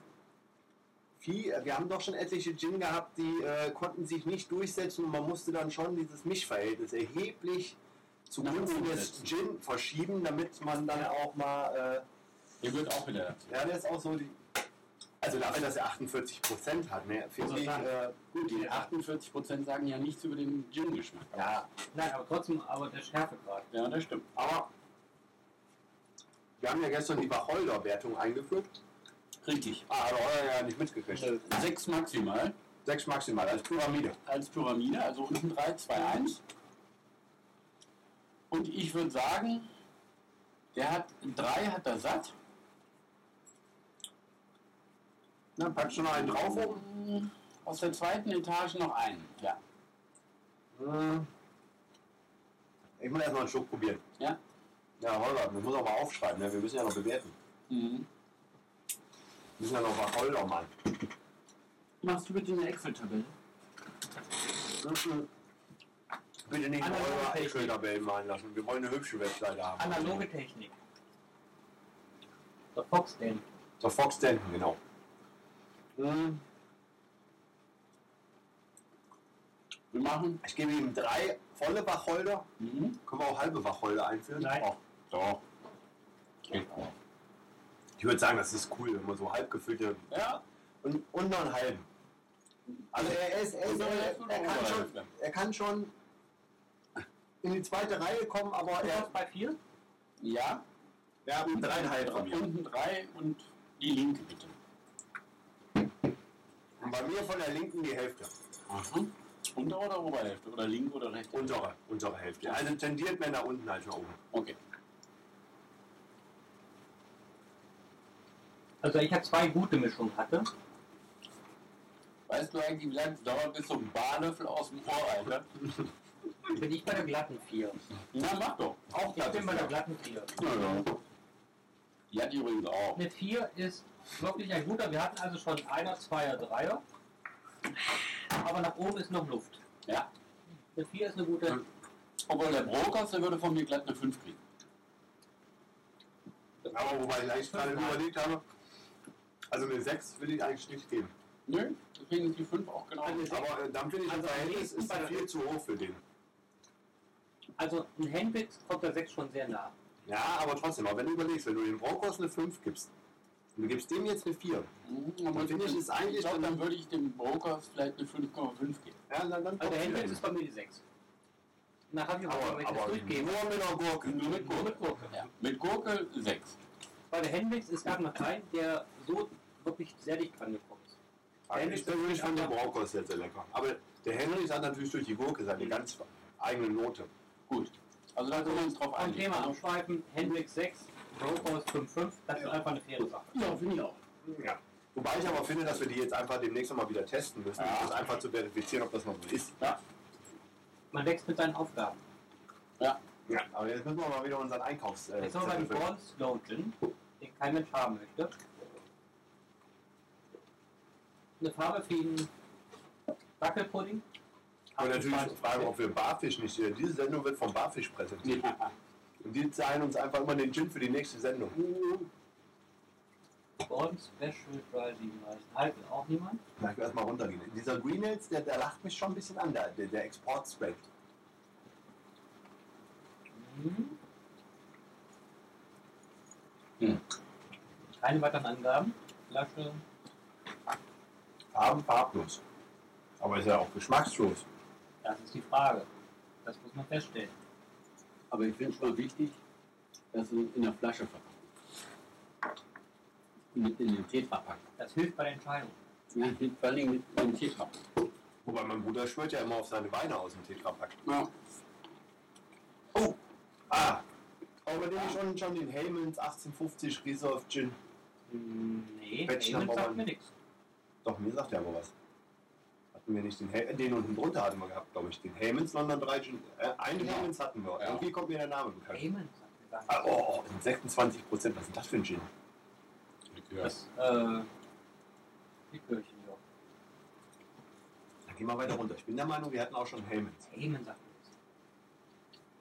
A: viel, äh, wir haben doch schon etliche Gin gehabt, die äh, konnten sich nicht durchsetzen und man musste dann schon dieses Mischverhältnis erheblich zugunsten
E: Nach oben
A: des
E: setzen.
A: Gin verschieben, damit man dann auch mal. Äh,
E: Hier wird auch wieder dazu.
A: Ja, der ist auch so die. Also dafür, dass er 48 Prozent hat, ne, finde
E: Also
A: ich.
E: dann-
A: Äh,
E: Gut, die 48% sagen ja nichts über den Gin-Geschmack.
A: ja,
C: Nein, aber trotzdem, aber der Schärfegrad.
E: Ja, das stimmt.
A: aber wir haben ja gestern die Wacholder-Wertung eingeführt.
E: Richtig.
A: Ah, aber Wacholder ja nicht mitgekriegt.
E: Äh, Sechs maximal
A: Sechs maximal als Pyramide.
E: als Pyramide, also unten 3, 2, 1. Und ich würde sagen, der hat 3 hat er satt.
A: Na, Ne, packst du noch einen drauf oben?
E: Mm, Aus der zweiten Etage noch einen. Ja.
A: Äh, Ich muss erstmal einen Schluck probieren.
E: Ja.
A: Ja, Holger, wir müssen auch mal aufschreiben, ne? wir müssen ja noch bewerten.
E: Mhm.
A: Wir müssen ja noch Wacholder machen.
E: Machst du bitte eine Excel-Tabelle?
A: Mhm. Bitte nicht
C: Analoge
A: Holger
C: Technik.
A: Eckschilderbellen malen lassen. Wir wollen eine hübsche Webseite haben.
C: Analoge Technik. Der Fox denn?
A: Zur Fox Denton, genau. Mhm.
E: Wir machen.
A: Ich gebe ihm drei volle Wacholder.
E: Mhm.
A: Können wir auch halbe Wacholder einführen?
C: Nein.
A: Auch.
E: Doch. Geht auch.
A: Ich würde sagen, das ist cool, wenn man so halb gefüllte
E: Ja,
A: und, und noch einen halben. Also er ist, er, ist,
E: Und noch
A: er,
E: einen
A: er, kann
E: halben.
A: schon, er kann schon in die zweite Reihe kommen, aber
C: Du
A: er,
C: warst bei vier?
E: ja.
A: wir haben dreieinhalb von mir.
E: Unten drei und die linke bitte.
A: Und bei mir von der linken die Hälfte.
E: Aha. Untere oder Oberhälfte? Oder linke oder rechte?
A: Untere, untere Hälfte. Also tendiert man nach unten als nach oben.
E: Okay.
C: Also ich habe zwei gute Mischungen hatte.
E: Weißt du eigentlich, wie lange es dauert, bis so ein Barlöffel aus dem Ohr ne? Alter?
C: Bin ich bei der glatten vier.
E: Na, mach doch.
A: Auch
C: Ich
A: das
C: bin
A: ist
C: bei der
A: ja.
C: glatten vier.
E: Ja, ja. Die hat die übrigens auch.
C: Eine 4 ist wirklich ein guter. Wir hatten also schon einer, zweier, dreier. Aber nach oben ist noch Luft.
E: Ja.
C: Eine 4 ist eine gute.
E: Obwohl der Brokers, der würde von mir glatt eine 5 kriegen.
A: Aber wobei ich eigentlich gerade überlegt habe, also eine 6 will ich eigentlich nicht geben.
E: Nö, deswegen ist die 5 auch genau.
C: Eine Sechs.
A: Aber äh, dann finde ich, das
C: Also am
A: Verhältnis
C: nächsten
A: ist
C: bei der-
A: viel zu hoch für den.
C: Also ein Hendrix kommt der 6 schon sehr nah.
A: Ja, aber trotzdem, aber wenn du überlegst, wenn du dem Broncos eine 5 gibst, und du gibst dem jetzt eine 4,
E: Mhm, aber
A: Dann finde ich, ist eigentlich
E: ich glaub,
A: dann-
E: dann würde ich dem Brokers vielleicht eine 5,5 geben.
A: ja, dann, dann
C: Also der
A: kommt
C: Hendrix
A: die
C: ist bei mir die 6. Nachher habe ich
A: Aber-
C: aber, wenn ich das
A: aber-
C: durchgehe. Mhm.
A: Nur mit einer Gurke.
E: Nur mit
C: Nur
E: Gurke.
C: mit Gurke.
E: Ja. Mit Gurke 6.
C: Bei der Hendrix ist gerade noch ein, der so wirklich sehr dicht dran gekommen ist.
A: Also Ich persönlich fand den Broncos jetzt sehr lecker. Aber der Henrys hat natürlich durch die Gurke seine ganz eigene Note.
E: Gut. Also da können wir uns drauf
C: Vom
E: einigen. Also
C: Thema abschweifen, Hendrix 6, Brokos 5,5, das ist einfach eine faire Sache.
E: Ja, finde ich auch.
A: Ja. Wobei ich aber finde, dass wir die jetzt einfach demnächst noch mal wieder testen müssen,
E: Ja.
A: um das einfach zu verifizieren, ob das noch so ist.
E: Ja.
C: Man wächst mit seinen Aufgaben.
E: Ja.
A: Ja. Aber jetzt müssen wir mal wieder unseren Einkaufs. Äh,
C: Jetzt haben wir beim
A: Zettel füllen.
C: Born Slogan, den kein Mensch haben möchte. eine Farbe für den Wackelpudding?
A: Und natürlich die Frage, ob wir Barfisch nicht. äh, Diese Sendung wird vom Barfisch präsentiert. Und die zahlen uns einfach immer den Gin für die nächste Sendung.
C: Gordon Special Dry 37. Halten auch niemand?
A: Na, ich will erstmal runtergehen. Dieser Greenhills, der, der lacht mich schon ein bisschen an, der, der, der Export-Spread. Mhm.
C: Hm.
E: Hm.
C: Keine weiteren Angaben. Flasche.
A: Farben, farblos. Aber ist ja auch geschmackslos.
C: Das ist die Frage. Das muss man feststellen.
E: Aber ich finde es mal wichtig, dass du in der Flasche verpackst. Mit in den Tetra packen.
C: Das hilft bei der Entscheidung.
E: Ja, mit- vor allen Dingen mit in den Tetra.
A: Wobei mein Bruder schwört ja immer auf seine Weine aus dem Tetrapack.
E: Ja.
A: Oh! Ah! Aber nehme ich schon, schon den Heyman's 1850 Reserve Gin. Mhm.
C: Hm, Nee,
A: Quetschen
C: Raymond
A: aber
C: sagt
A: mal.
C: mir nichts.
A: Doch, mir sagt er aber was. Hatten wir nicht den Heyman's, den unten drunter hatten wir gehabt, glaube ich. Den Heyman's London 3 Gin. Äh, einen
E: Ja.
A: Heyman's hatten wir.
E: Ja.
A: Irgendwie kommt mir der Name bekannt.
C: Raymond sagt mir gar
A: Ah,
C: nichts.
A: oh, 26 Prozent, was ist das für ein Gin?
C: Das, äh, die Kirchen, ja.
A: Dann geh mal weiter runter. Ich bin der Meinung, wir hatten auch schon Heyman's.
C: Raymond sagt mir nichts.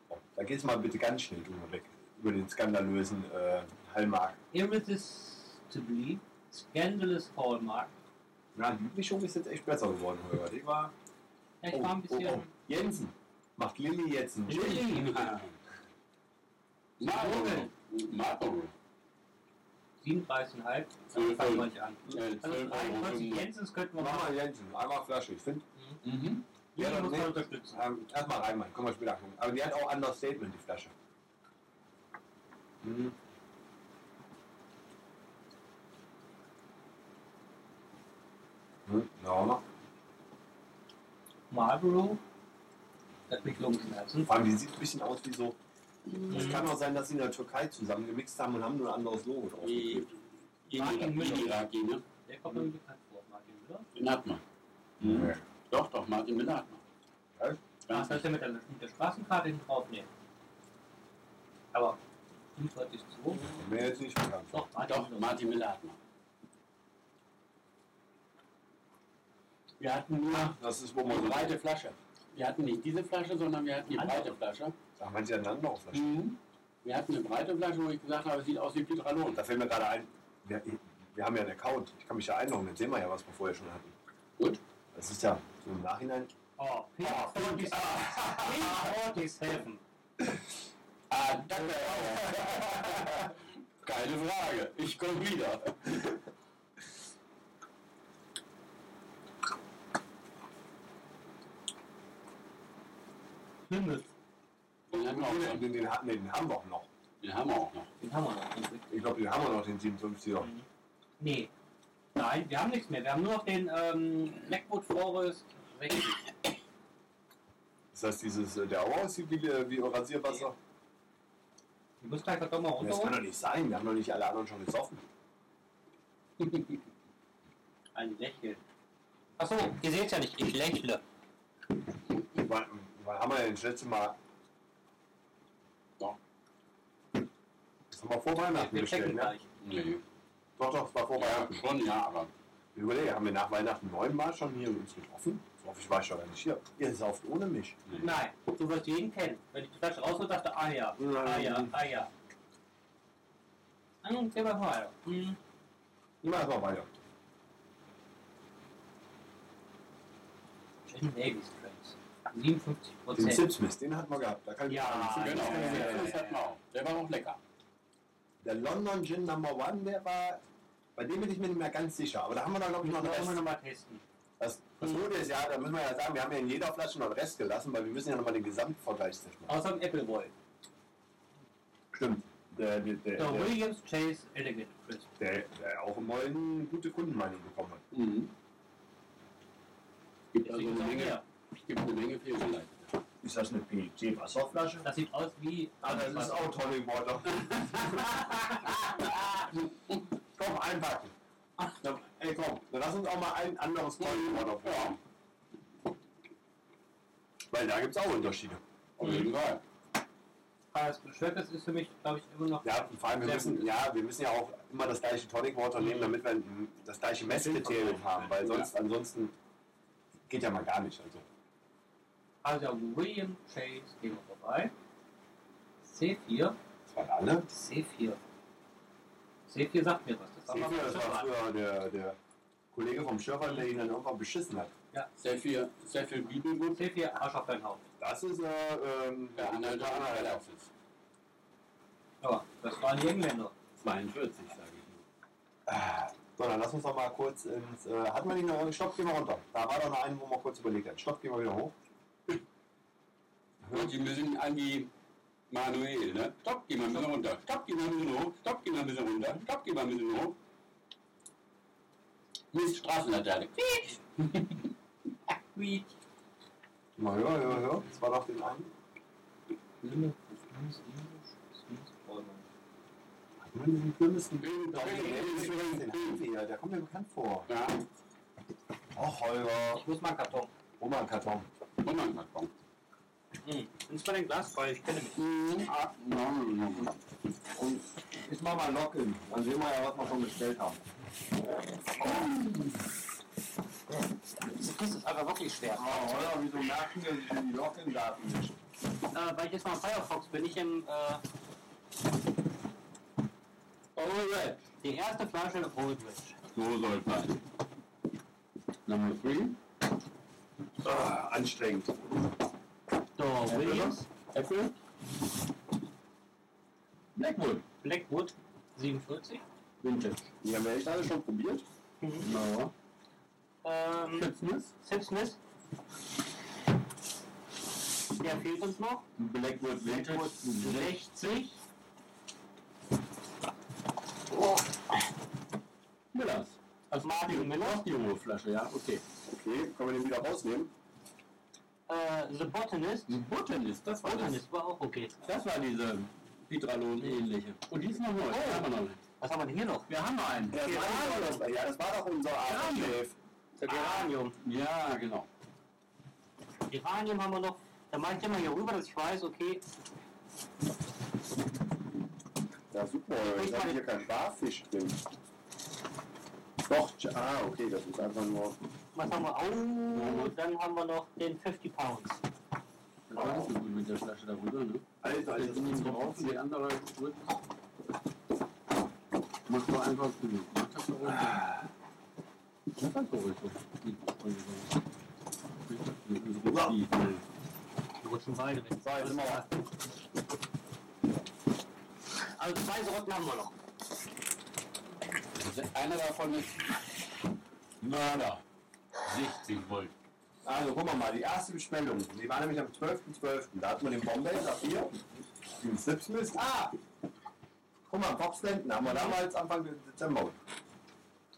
A: Oh, da gehst du mal bitte ganz schnell drüber weg. Über den skandalösen äh, Hallmark.
C: Irresistibly Scandalous Hallmark.
A: Na, die Mischung ist jetzt echt besser geworden, Holger. Die war.
C: Ja, ich
A: Oh,
C: war ein bisschen.
A: Jensen. Macht Lilly jetzt einen Gin?
E: Marlboro. Marlboro.
C: 37,5.
E: Zwölf
C: Dann fangen wir
E: Euro.
C: nicht an.
E: Äh,
C: Also 23 Jensens könnten wir
A: Mach
C: machen.
A: mal Jensen. Einmal Flasche. Ich finde,
E: Mhm.
C: Die
A: Ja, dann
C: muss man
A: nehmen-
C: unterstützen.
A: ähm, erstmal Reinmann. Können wir später angucken. Aber die hat auch Understatement, die Flasche. Mhm. Hm, ja, ne?
C: Marlboro. Das hat mich Lungenschmerzen.
A: Vor allem, die sieht ein bisschen aus wie so. Es
C: Mhm.
A: kann auch sein, dass sie in der Türkei zusammen gemixt haben und haben nur ein anderes Logo drauf.
E: Die- die-
C: Martin Müller.
E: die Irak, die, ne?
C: Der kommt
A: Mhm.
C: mir bekannt vor, Martin Müller.
E: Den hat man.
A: Nee.
E: Doch, doch, Martin Müller hat man.
A: Was?
C: Das
E: Ganz
C: heißt, mit der, mit der Straßenkarte hinten draufnehmen. Aber 45 zu hoch.
A: Kommt Mir jetzt nicht bekannt.
C: Doch, Martin
E: Doch,
C: Müller.
E: Martin Müller hat man. Wir hatten nur
A: Das ist, wo
E: eine
A: man so.
E: breite Flasche. Wir hatten nicht diese Flasche, sondern wir hatten die
C: Andere.
E: breite Flasche.
A: Da haben sie eine andere Flasche.
E: Hm. Wir hatten eine breite Flasche, wo ich gesagt habe, sieht aus wie Petralon.
A: Da fällt mir gerade ein, wir, wir haben ja einen Account. Ich kann mich ja einloggen, dann sehen wir ja, was wir vorher schon hatten.
E: Gut.
A: Das ist ja so im Nachhinein.
C: Oh, Pink Fortis. Pink Fortis helfen.
E: Ah, danke. [LAUGHS] Keine Frage. Ich komme wieder.
C: Plymouth.
E: Den hatten wir auch schon.
A: Den, den, hatten wir- den haben wir auch noch.
E: Den haben wir auch noch.
C: Den haben wir noch. den Blick.
A: Ich glaube, den haben wir noch, den 57er.
C: Nee. Nein, wir haben nichts mehr. Wir haben nur noch den ähm, Blackwood Forest 60.
A: Ist das dieses, äh, der auch aussieht wie, äh, wie Rasierwasser?
C: Die müssen gleich doch mal
A: Das kann doch
C: runterholen.
A: nicht sein. Wir haben doch nicht alle anderen schon gesoffen.
C: Ein Lächeln.
D: Achso, ihr seht ja nicht, ich lächle.
A: Wann, wann haben wir denn das letzte Mal?
E: Doch.
A: Das haben wir vor Weihnachten
C: Wir
A: bestellt,
C: checken
A: ne?
C: gleich.
E: Nee.
A: Doch, doch, das war vor
E: Oh, Ja,
A: Weihnachten.
E: schon, ja, aber
A: Ich überlege, haben wir nach Weihnachten neunmal schon hier uns getroffen? So hoffe ich war ich schon gar nicht hier. Ihr sauft ohne mich.
C: Nein, du wirst jeden kennen. Wenn ich die Flasche raushol, dachte ah ja, ah ja, ah ja. Hm, geh mal vorher. Hm.
A: Immer erstmal weiter.
C: Gin Navy Strengths. 57
A: Den
C: Prozent.
A: Sipsmith, den hatten wir gehabt. Da kann ich
C: Ja,
A: mich dran erinnern.
C: ja,
E: genau. den
C: ja, ja,
E: Sixers
C: ja.
E: hatten wir auch. Der war auch lecker.
A: Der London Gin Number One, der war. Bei dem bin ich mir nicht mehr ganz sicher. Aber da haben wir dann, glaube ich, noch Mhm.
C: Müssen
A: einen
C: wir immer
A: Rest.
C: noch mal testen.
A: Das, das Gute ist ja, da müssen wir ja sagen, wir haben ja in jeder Flasche noch einen Rest gelassen, weil wir müssen ja nochmal den Gesamtvergleich machen.
C: Außer im Apple Boy.
A: Stimmt. Der, der, der,
C: Der
A: der,
C: Williams Chase Elegant Crisp.
A: der, der auch im Mollen gute Kundenmeinung bekommen hat.
E: Mhm. Gibt also
C: Deswegen
E: eine
C: ist auch
E: Menge,
C: hier.
E: gibt eine Menge Fehlgeleitet.
A: Ist das eine PET-Wasserflasche?
C: Das sieht aus wie.
A: Ah, das ist auch Tonic Water. [LAUGHS] komm, einpacken. Na, ey, komm, dann lass uns auch mal ein anderes Tonic Water probieren. Weil da gibt es auch Unterschiede.
E: Mhm. Auf jeden Fall.
C: Als Schöpfers ist für mich, glaube ich, immer noch.
A: Ja, und vor allem, wir
C: Sehr
A: müssen,
C: gut. Mhm.
A: ja, wir müssen ja auch immer das gleiche Tonic Water nehmen, damit wir ein- das gleiche Messkriterium haben, weil sonst, ansonsten geht ja mal gar nicht. Also,
C: Also William Chase gehen wir vorbei. C4.
A: das waren alle.
C: C4. C4 sagt mir was. Das war mal
A: Seefür, das war
C: Schifffahrt.
A: früher der, der Kollege vom Schöpfer, der ihn dann irgendwann beschissen hat.
E: Sehr viel, sehr viel Bibelgut.
C: C4, Arsch auf dein Haupt.
A: Das ist ja, ähm,
E: Der Anhalter
A: der
E: hat
A: Anhalter.
E: Galaxis.
C: Ja, das waren die Engländer.
E: 42, sage ich nur.
A: So, dann lass uns doch mal kurz ins. Äh, hat man ihn noch irgendwie? Stopp, gehen wir runter. Da war doch noch einen, wo man kurz überlegt hat. Stopp, gehen wir wieder hoch.
E: Und die müssen an die Manuel, ne? Stopp, geh mal ein bisschen runter. Stopp, geh mal ein bisschen hoch. Stopp, geh mal ein bisschen runter. Stopp, geh mal ein bisschen hoch. Mist, Straßenlaterne.
C: Sweet.
A: Mal höher, höher, höher. Das war doch den einen. Hat man diesen Kürbissen? Der haben wir hier. Der kommt mir bekannt vor.
E: Ja,
A: Och, Holger.
C: Ich muss mal einen Karton.
A: Oma ein Karton.
E: und dann hat man.
C: Hm. Nimmst mal den Glas bei, ich kenne mich.
E: Ah, nein, nein, nein.
B: Ich mach mal Login, dann sehen wir ja, was wir schon bestellt haben.
D: Das ist aber wirklich schwer.
B: Ah, oder? Wieso merken wir sich denn die Login-Daten nicht?
D: Äh, weil ich jetzt mal Firefox bin, ich im. Äh,
E: Alright.
D: die erste Flasche Old Rich.
E: So soll sein. Number three.
A: Ah, anstrengend.
D: So, Williams,
E: Äpfel. Blackwood.
D: Blackwood, 47.
E: Vintage. Die haben wir echt alle schon probiert.
D: Mhm.
E: Na,
D: Ähm,
E: Chip Smith.
D: Sid Smith. Der fehlt uns noch.
E: Blackwood Vintage.
D: Blackwood 60.
E: Millers. Also
D: Mario Miller.
E: Die hohe Flasche, ja, okay.
A: Okay, können wir den wieder rausnehmen?
D: Äh, The Botanist.
E: Die Botanist, das war das.
D: Botanist war auch okay.
E: Das war diese Hydralon-ähnliche. Und die ist noch neu. Die
D: Oh.
E: haben wir noch nicht.
D: Was haben wir denn hier noch?
E: Wir haben einen.
A: Ja, das war doch- das war- ja, das war doch unser Arschloch.
D: Der Geranium.
E: Ja, genau.
D: Geranium haben wir noch. Da mache ich immer hier rüber, dass ich weiß, okay,
A: Ja, super. Ich habe hier kein Barfisch drin. Doch, tja, ah, okay, das ist einfach nur.
D: was haben wir? Oh, dann haben wir noch den 50 Pounds.
E: Das war nicht so gut mit der Flasche darüber, ne?
A: Alter,
E: Das ist nicht drauf, die andere drückt. Mach doch einfach genug. Mach das doch ruhig. Mach das doch ruhig. Die- die- die- die-
D: Die rutschen beide weg.
A: jetzt sind wir auf.
D: Also zwei Sorten haben wir noch.
E: Einer davon ist Mörder. 60 Volt.
A: Also guck mal mal, die erste Bestellung, die war nämlich am 12.12. Da hat man den Bombay Saphir, den Sipsmist. Ah! Guck mal, Bob Stanton haben wir damals Anfang Dezember.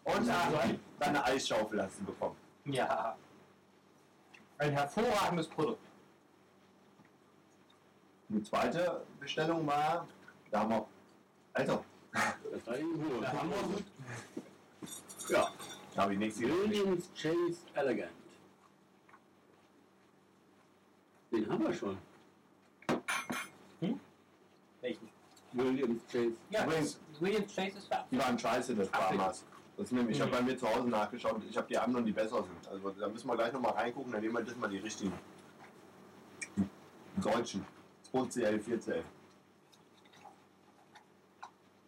A: Und da dann eine Eisschaufel hast du bekommen.
C: Ja. Ein hervorragendes Produkt.
A: Die zweite Bestellung war, da haben wir. Also,
E: Das war eben hoch. Da haben wir
A: ja. Da habe ich nichts gesehen.
E: Williams Chase Elegant. Den haben wir schon.
C: Welchen?
E: Williams Chase.
C: Ja,
A: Übrigens-
C: William Chase ist da.
A: Die waren scheiße, das Bahamas. Das nehme ich. Ich habe bei mir zu Hause nachgeschaut. Ich habe die anderen, die besser sind. Also da müssen wir gleich nochmal reingucken. Dann nehmen wir das mal die richtigen. Die Deutschen. 2CL, 4CL.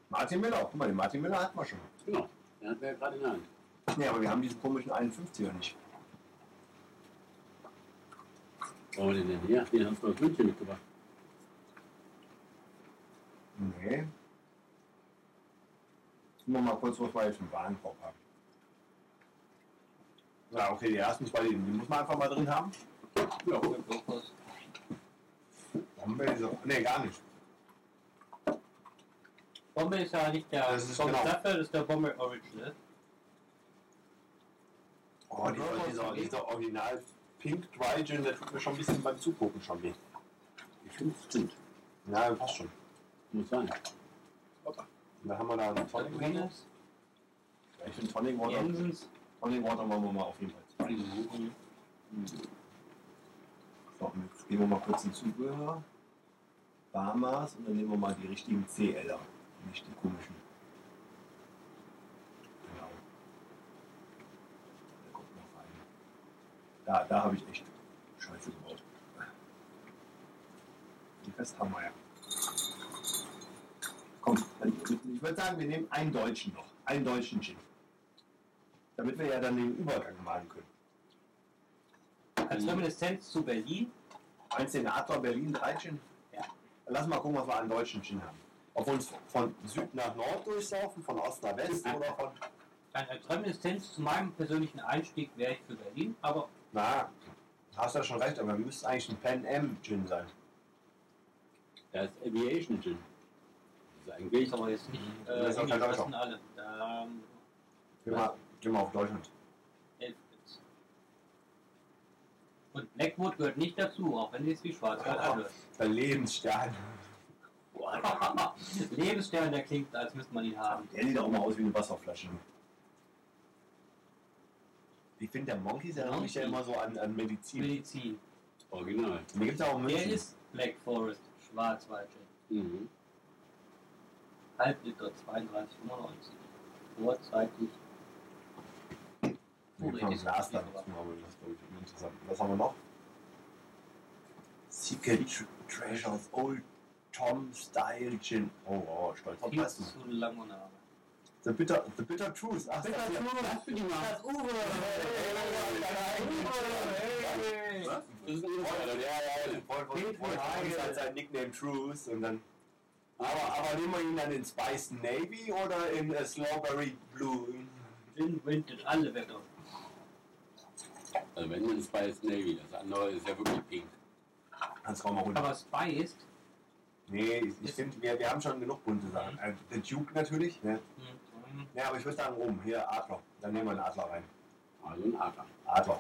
A: Martin Miller. Guck mal, den Martin Miller hatten wir schon.
E: Genau. Den hatten wir ja gerade in der Hand.
A: Nee, aber wir haben diesen komischen 51er nicht.
E: Brauchen wir den denn? Ja, den hast du aus München mitgebracht.
A: Nee. Gucken wir mal kurz, was wir jetzt im Warenkorb haben. Ja, okay, die ersten zwei, die, die muss man einfach mal drin haben.
E: Ja,
A: Bombay, so. Nee, gar nicht.
C: Bombay ist ja nicht der
A: Das ist
C: Bombay
A: genau.
C: Staffel, das ist der Bombay Original.
A: Oh, die, dieser, dieser Original Pink Dry Gin, der tut mir schon ein bisschen beim Zugucken schon weh.
E: ich finde, es stimmt.
A: Ja, passt schon.
E: Muss sein.
A: Und dann haben wir da einen Tonic Water.
C: Williams,
A: Ja, Ich finde Tonic Water,
C: Jensens.
A: Tonic Water machen wir mal auf jeden Fall. zwei. So, und jetzt gehen wir mal kurz in den Zubehör. Barmaß und dann nehmen wir mal die richtigen CLer, nicht die komischen. Genau. Da kommt noch eine. Da, da habe ich echt Scheiße gebaut. Die Rest haben wir ja. Komm, dann, ich würde sagen, wir nehmen einen Deutschen noch. Einen deutschen Gin. Damit wir ja dann den Übergang machen können.
C: Als Reminiszenz zu Berlin.
A: Ein Senator Berlin, drei Gin?
C: Ja.
A: Lass mal gucken, was wir an deutschen Gin haben. Ob wir uns von Süd nach Nord durchsaufen, von Ost nach West oder von.
C: Dann als Äh, Reminiszenz zu meinem persönlichen Einstieg wäre ich für Berlin, aber
A: Na, hast ja schon recht, aber müsste eigentlich ein Pan Am Gin sein.
E: Das ist Aviation Gin. Das ist
C: ich
E: eigentlich
C: aber jetzt nicht. Äh,
A: Das ist auch kein
C: hingehen, das
A: Deutscher.
C: sind alle. Ähm,
A: Geh mal, geh mal auf Deutschland.
C: elf Bits. Und Blackwood gehört nicht dazu, auch wenn sie es wie Schwarzwald anhört.
A: Der Lebensstern.
C: Lebensstern, der klingt, als müsste man ihn haben.
A: Ah, Der sieht auch mal aus wie eine Wasserflasche. Ich finde, der Monkey der erinnert mich ja immer so an, an Medizin.
C: Medizin.
E: original.
A: Den gibt es auch in
C: Der
A: München.
C: ist Black Forest, Schwarzwald.
E: Mhm.
C: Halbliter 32,95. Vorzeitig.
A: Da gibt's noch ein Glas dann dazu, aber das ist, glaub ich, uninteressant. Was haben wir noch? Secret Tr- Treasures Old Tom Style Gin. Oh, wow, stolz auf
C: Viel
A: Leistung.
C: zu lange Name.
A: The Bitter, the bitter Truth. Ach, bitter Truth.
E: Das ist ein Insider, ja, ja, ja.
A: halt sein Nickname Truth und dann. Aber, aber nehmen wir ihn dann in Spice Navy oder in äh, Strawberry Blue?
C: Gin, Vintage, alle Wetter.
E: Also wenn dann Spice Navy, das andere ist ja wirklich pink.
A: Kannst kaum mal runter.
C: Aber Spiced,
A: Nee, ich, ich finde, wir, wir haben schon genug bunte Sachen. Äh, der Duke natürlich. Ne?
C: hm,
A: Ja, aber ich würde sagen oben. Hier, Adler. Dann nehmen wir einen Adler rein.
E: Also ein Adler.
A: Adler.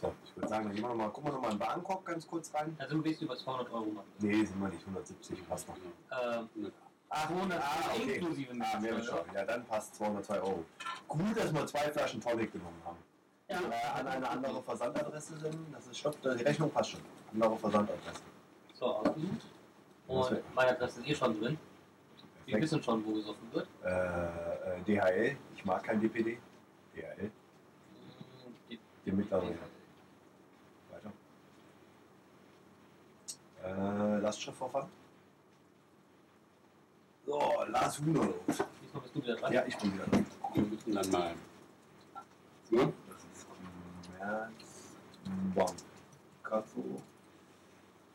A: So, ich würde sagen, dann gehen wir noch mal, gucken wir nochmal in Bangkok ganz kurz rein.
C: da sind wir bisschen Also über 200 Euro. Mann.
A: Nee, sind wir nicht. 170 passt noch.
E: genau.
C: Ähm,
A: Ach,
C: ohne
A: ah, okay.
C: inklusive
A: Ah,
C: Mehrwertsteuer.
A: Mehrwertsteuer. Ja, dann passt 202 Euro. Gut, dass wir zwei Flaschen Tonic genommen haben.
C: Ja.
A: Äh, an eine andere Versandadresse sind, das ist stopp, die Rechnung passt schon. Andere Versandadresse.
C: So, ausgesucht. Und meine Adresse ist eh schon drin. Wir
A: Perfekt.
C: wissen schon, wo gesoffen wird.
A: Äh, äh, DHL, ich mag kein DPD. DHL,
C: Hm, die-
A: den mittleren. Weiter. Äh, Lastschriftverfahren. So, Lars Huno.
C: Diesmal bist du wieder dran.
A: Ja, ich bin wieder dran.
E: Wir müssen dann mal. Ne?
A: Das ist März, Bank, Kato,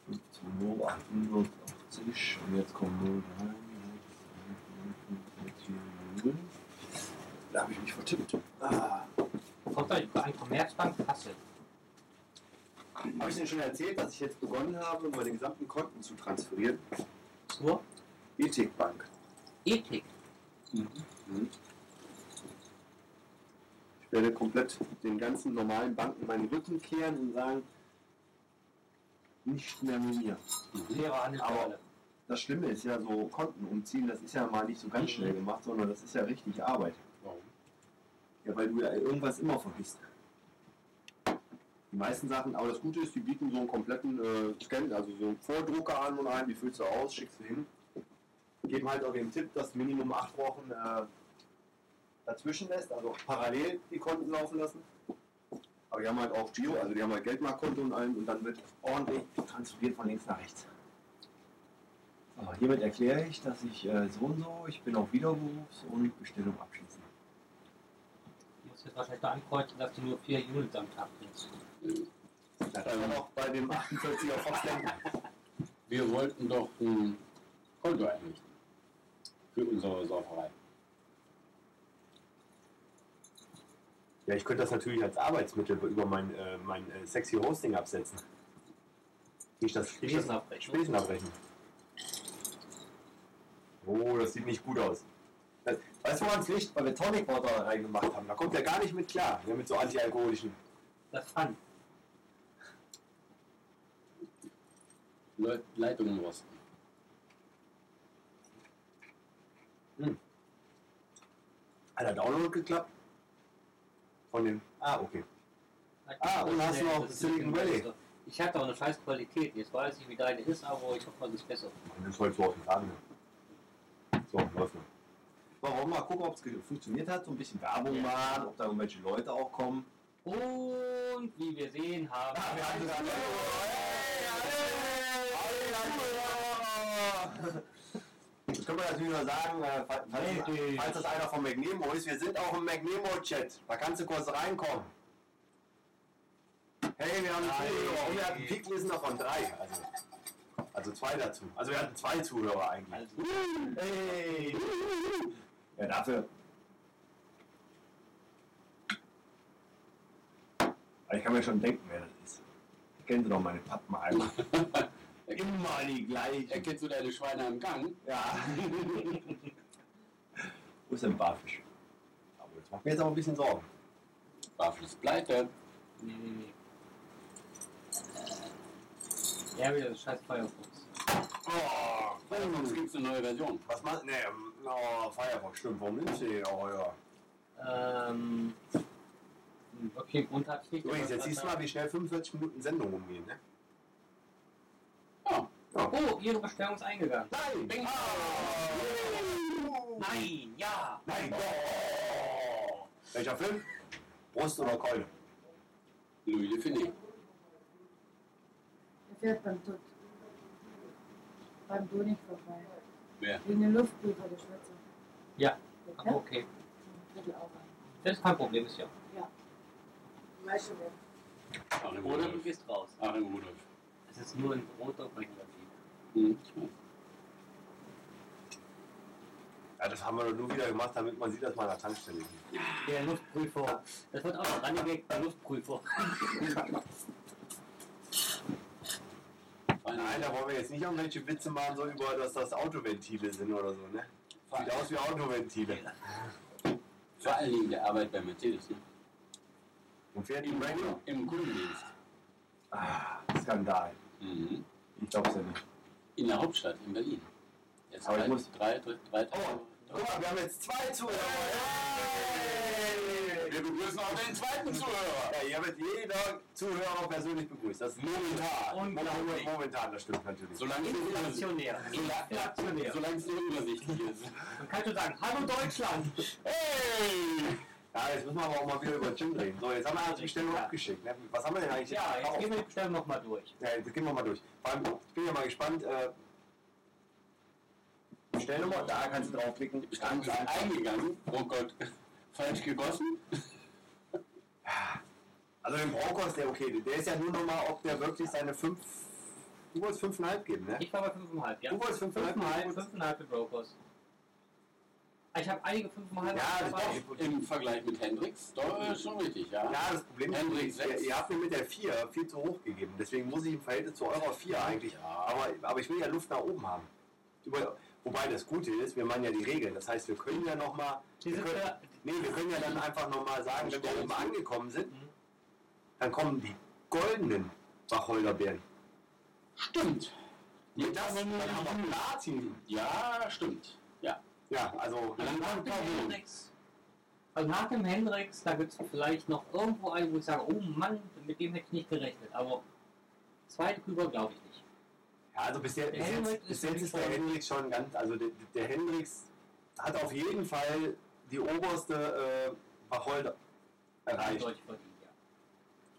A: 15.08.80 und jetzt kommen 03, äh, 6, Da habe ich mich vertippt. Ah.
C: Kommt euch bei einer Commerzbank Kassel.
D: Habe ich dir schon erzählt, dass ich jetzt begonnen habe, um meine gesamten Konten zu transferieren?
C: Zur
D: Ethikbank.
C: Ethik.
D: Ich werde komplett den ganzen normalen Banken meinen Rücken kehren und sagen, nicht mehr mit mir.
C: Fairer Handel für
D: Aber-
C: alle.
D: Das Schlimme ist ja so, Konten umziehen, das ist ja mal nicht so ganz schnell gemacht, sondern das ist ja richtig Arbeit.
E: Warum?
D: Ja, weil du ja irgendwas immer vergisst. Die meisten Sachen, aber das Gute ist, die bieten so einen kompletten äh, Scan, also so einen Vordrucker an und ein, die füllst du aus, schickst du hin. Geben halt auch den Tipp, dass Minimum acht Wochen äh, dazwischen lässt, also parallel die Konten laufen lassen. Aber die haben halt auch Giro, also die haben halt Geldmarktkonto und allem und dann wird ordentlich transferiert von links nach rechts.
A: So, hiermit erkläre ich, dass ich äh, so und so, ich bin auf Widerberufs- und Bestellung abschließen.
C: Du musst jetzt wahrscheinlich da ankreuzen, dass du nur vier Units am Tag kriegst.
D: Das war noch bei dem 48er Foxland.
E: Wir wollten doch ein Konto einrichten. Für unsere Sauferei.
D: Ja, ich könnte das natürlich als Arbeitsmittel über mein, äh, mein äh, sexy Hosting absetzen. Nicht das krieg ich das-
C: Spesenabrechnung.
D: Spesen abbrechen. Oh, das sieht nicht gut aus. Das- Weißt du, woran es liegt? Weil wir Tonic Water reingemacht haben. Da kommt er gar nicht mit klar. Ja, mit so antialkoholischen.
C: Das Pfand.
E: Le Leitungen rosten.
D: Hat der Download geklappt? Von dem. Ah, okay. Ah, und hast du noch Silicon Valley.
C: Ich hatte auch eine scheiß Qualität. Jetzt weiß ich, wie deine ist, aber ich hoffe, man ist besser.
B: Und das heute so auf den Laden. So, läuft mal.
A: Warum mal gucken, ob es funktioniert hat, so ein bisschen Werbung
C: Ja.
A: machen, ob da irgendwelche Leute auch kommen.
C: Und wie wir sehen haben.
A: Ah, wir haben gesagt, hey, hey, hey, hey, hey, Jetzt können wir natürlich nur sagen, äh, fa- falls,
C: Richtig.
A: falls das einer vom McNemo ist, wir sind auch im McNemo-Chat. Da kannst du kurz reinkommen. Hey, wir haben einen Zuhörer und wir hatten Pickwissen davon drei. Also, also zwei dazu. Also wir hatten zwei Zuhörer eigentlich.
C: Also,
A: Hey!
B: Ja, dafür. Aber Ich kann mir schon denken, wer das ist. Ich kenne doch meine Pappen
A: [LAUGHS]
B: einmal. Immer die gleichen.
E: Erkennst du deine Schweine am Gang?
B: Ja. Wo ist denn Barfisch?
A: Aber das macht mir jetzt auch ein bisschen Sorgen.
E: Waffel ist pleite.
C: nee, nee, nee. Ja, wieder das scheiß Firefox.
A: Oh,
E: Sonst gibt es eine neue Version.
A: was macht. Nee,
B: ähm,
A: oh, Firefox, stimmt. Warum nimmst du den auch, ja?
C: Ähm. hm, Okay, im Grund hab ich nicht.
A: Übrigens,
C: aber
A: jetzt siehst du mal, wie schnell 45 Minuten Sendung umgehen, ne?
E: Ja.
C: Oh, ihre Bestellung ist eingegangen.
A: Nein! Bing.
B: Ah!
C: Nein, ja!
A: Nein! Oh. Welcher Film? Brust oder Keule?
E: Louis de Finet.
H: Er fährt beim Tod. Beim Donik vorbei.
E: Wer?
H: Wegen dem Luftprüfer, der Schwätzer.
C: Ja.
H: Der
C: Aber
H: Kerl?
C: okay.
H: Viertel auch ein.
C: Das ist kein Problem, ist ja.
H: Weißt du, wer?
E: Achim
C: Oder du
E: Rudolf.
C: gehst raus.
E: Achim Rudolf.
C: Es ist nur ein roter Brenngravin.
B: Mhm.
E: Hm, ich weiß.
A: Ja, das haben wir doch nur wieder gemacht, damit man sieht, dass man an der Tankstelle ist.
C: Der Luftprüfer. Das wird auch Running Gag, der [LAUGHS] Luftprüfer.
A: Nein, da wollen wir jetzt nicht irgendwelche Witze machen, so über, dass das Autoventile sind oder so, ne? Sieht aus wie Autoventile.
E: Vor allen Dingen der Arbeit bei Mercedes. Ne?
A: Und fährt die Rango?
E: Im Kundendienst.
B: Ah, Skandal.
E: Mhm.
B: Ich glaub's ja nicht.
E: In der Hauptstadt, in Berlin. Jetzt
B: Aber ich
E: drei,
B: muss-
E: drei, drei, drei Tage.
A: Oh, Guck mal, wir haben jetzt zwei Zuhörer.
E: Wir begrüßen auch den zweiten Zuhörer.
A: Ja, hier wird jeder Zuhörer persönlich begrüßt. Das ist momentan.
C: Unglaublich.
A: Momentan, das stimmt natürlich.
E: Solange es nicht übersichtlich
C: Inflationär. Inflationär.
E: ist. Solange es nicht übersichtlich ist.
C: Man kann schon sagen, hallo Deutschland!
E: Hey!
A: Ja, jetzt müssen wir aber auch mal wieder über Jim reden. So, jetzt haben wir also die Bestellung
C: Ja.
A: abgeschickt. Ne? Was haben wir denn eigentlich
C: Ja, jetzt
A: gekauft?
C: gehen wir die Bestellung nochmal durch.
A: Ja, jetzt gehen wir mal durch. Vor allem, ich bin ja mal gespannt. Äh, Bestellnummer, da kannst du draufklicken.
E: Ich bin eingegangen. Oh Gott. Falsch gegossen?
A: Also den Broncos, der okay, der ist ja nur nochmal, ob der wirklich seine 5... Du wolltest 5,5 geben, ne?
C: Ich war bei 5,5, ja.
A: Du wolltest 5,5
C: 5,5, 5,5 für Brokers. Ah, Ich habe einige 5,5
A: Ja, das
C: dabei.
A: doch.
E: Im Vergleich mit Hendrix? Doch, äh, schon richtig, ja.
A: Ja, das Problem
E: Hendrik,
A: ist, ihr,
E: sechs.
A: ihr habt mir mit der 4 viel zu hoch gegeben. Deswegen muss ich im Verhältnis zu eurer 4 eigentlich. Aber, aber ich will ja Luft nach oben haben. Über, wobei das Gute ist, wir machen ja die Regeln. Das heißt, wir können ja nochmal.
C: Die sind ja-
A: Nee, wir können ja dann einfach nochmal sagen, wenn wir oben angekommen sind,
C: Mhm.
A: dann kommen die goldenen Wacholderbeeren.
E: Stimmt.
A: Nee, das, dann haben wir Platin.
E: Ja, stimmt. Ja.
A: Ja, also.
E: Dann
C: Nach
E: kommt
C: dem
E: Pavon.
C: Hendrix. Also nach dem Hendrix, da gibt es vielleicht noch irgendwo einen, wo ich sage, oh Mann, mit dem hätte ich nicht gerechnet. Aber zweite Küber glaube ich nicht.
A: Ja, also bis, der,
C: Der
A: bis,
C: Hendrix
A: jetzt,
C: ist
A: bis jetzt ist der
C: schon-
A: Hendrix schon ganz, also der, der Hendrix hat auf jeden Fall die oberste äh, Wacholder erreicht.
C: Deutlich verdient, ja.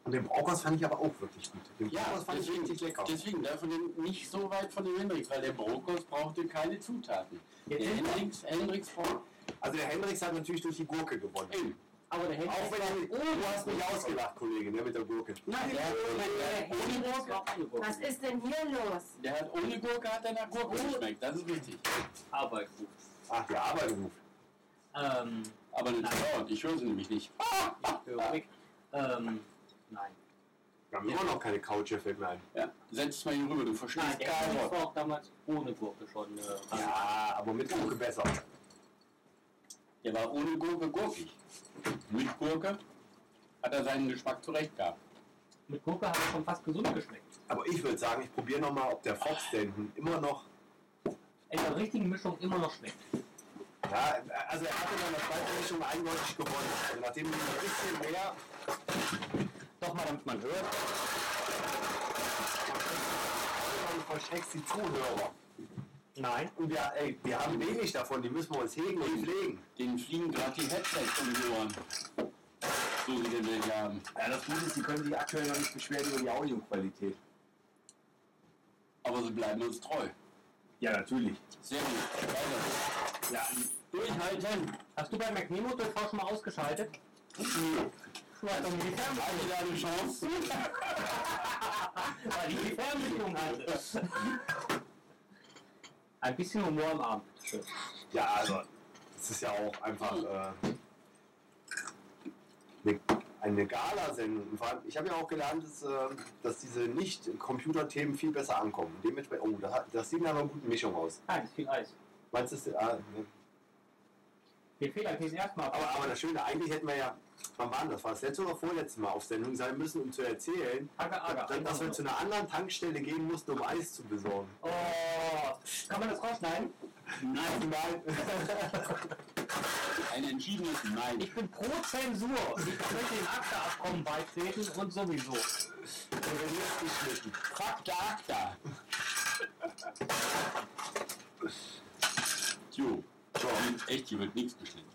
A: Und den Brokkos fand ich aber auch wirklich gut. Den
E: Ja,
A: Brokkos fand ich richtig lecker.
E: deswegen davon den- nicht so weit von dem Hendrix, weil der Brokos brauchte keine Zutaten. Der
C: Jetzt sind wir-
E: Hendrix, Hendrix braucht
A: Also der Hendrix hat natürlich durch die Gurke gewonnen.
E: eben.
C: Aber der Hendrix.
A: Auch wenn er, oh, du hast mich ausgelacht, Kollege, ne, mit der Gurke.
E: Nein, der, der, der, ohne Gurke,
H: Was
C: Was ist
H: ist denn hier los?
E: der hat ohne Gurke hat er nach Gurke geschmeckt, das ist richtig.
C: Arbeit gut?
A: Ach, der Arbeiterruf.
C: Ähm,
E: Aber nicht dauert, ich höre sie nämlich nicht.
C: ich höre weg. Ähm, nein.
A: Wir haben immer noch keine Couch, hier fällt mir ein.
E: Ja, setz mal hier rüber, du
C: Nein,
E: verstehst
C: der
E: kein
C: Hendrix
E: Wort.
C: war auch damals ohne Gurke schon. Äh, ja.
A: Ja, aber mit Gurke besser.
E: Der war ohne Gurke gurkig. Mit Gurke hat er seinen Geschmack zurecht gehabt.
C: Mit Gurke hat er schon fast gesund geschmeckt.
A: Aber ich würde sagen, ich probiere nochmal, ob der Fox denn immer noch
C: In der richtigen Mischung immer noch schmeckt.
A: Ja, also er hat in der zweiten Mischung eindeutig gewonnen. Also nachdem wir ein bisschen mehr.
D: Nochmal, damit man hört.
A: Du versteckst die Zuhörer.
D: Nein.
A: Und wir, ey, wir haben wenig davon, die müssen wir uns hegen und pflegen.
E: Denen fliegen gerade die Headsets um die Ohren. So wie den wir haben.
B: Ja, das Gute ist, sie können sich aktuell noch nicht beschweren über die Audioqualität.
E: Aber sie bleiben uns treu.
B: Ja, natürlich.
E: Sehr gut. Weiter.
B: Ja,
D: Durchhalten. Hast du bei McNemo TV schon mal ausgeschaltet? Weil du die
C: [LAUGHS]
E: Haben Sie da eine Chance?
D: Weil ich die Fernbedienung
C: [LAUGHS]
D: hatte. Ein bisschen Humor am Abend.
A: Ja, also, das ist ja auch einfach äh, eine, eine Gala-Sendung. Und vor allem, Ich habe ja auch gelernt, dass, äh, dass diese Nicht-Computer-Themen viel besser ankommen. Und Dementsprechend, oh, das, hat- das sieht nach einer guten Mischung aus.
C: Nein, ist viel Eis.
A: Meinst du, das- ah, ne?
C: Mir fehlt eigentlich das erste Mal.
A: aber, aber das Schöne, eigentlich hätten wir ja, wann war denn das? War das letzte oder vorletzte Mal auf Sendung sein müssen, um zu erzählen,
C: Aga, aga.
A: dann, dass wir zu einer anderen Tankstelle gehen mussten, um Eis zu besorgen.
D: Oh, kann man das rausschneiden?
E: Nein.
A: Nein.
E: Ein entschiedenes Nein.
D: Ich bin pro Zensur. Ich möchte dem ACTA-Abkommen beitreten und sowieso.
E: Fakta Akta. Jo. So, echt, hier wird nichts geschnitten.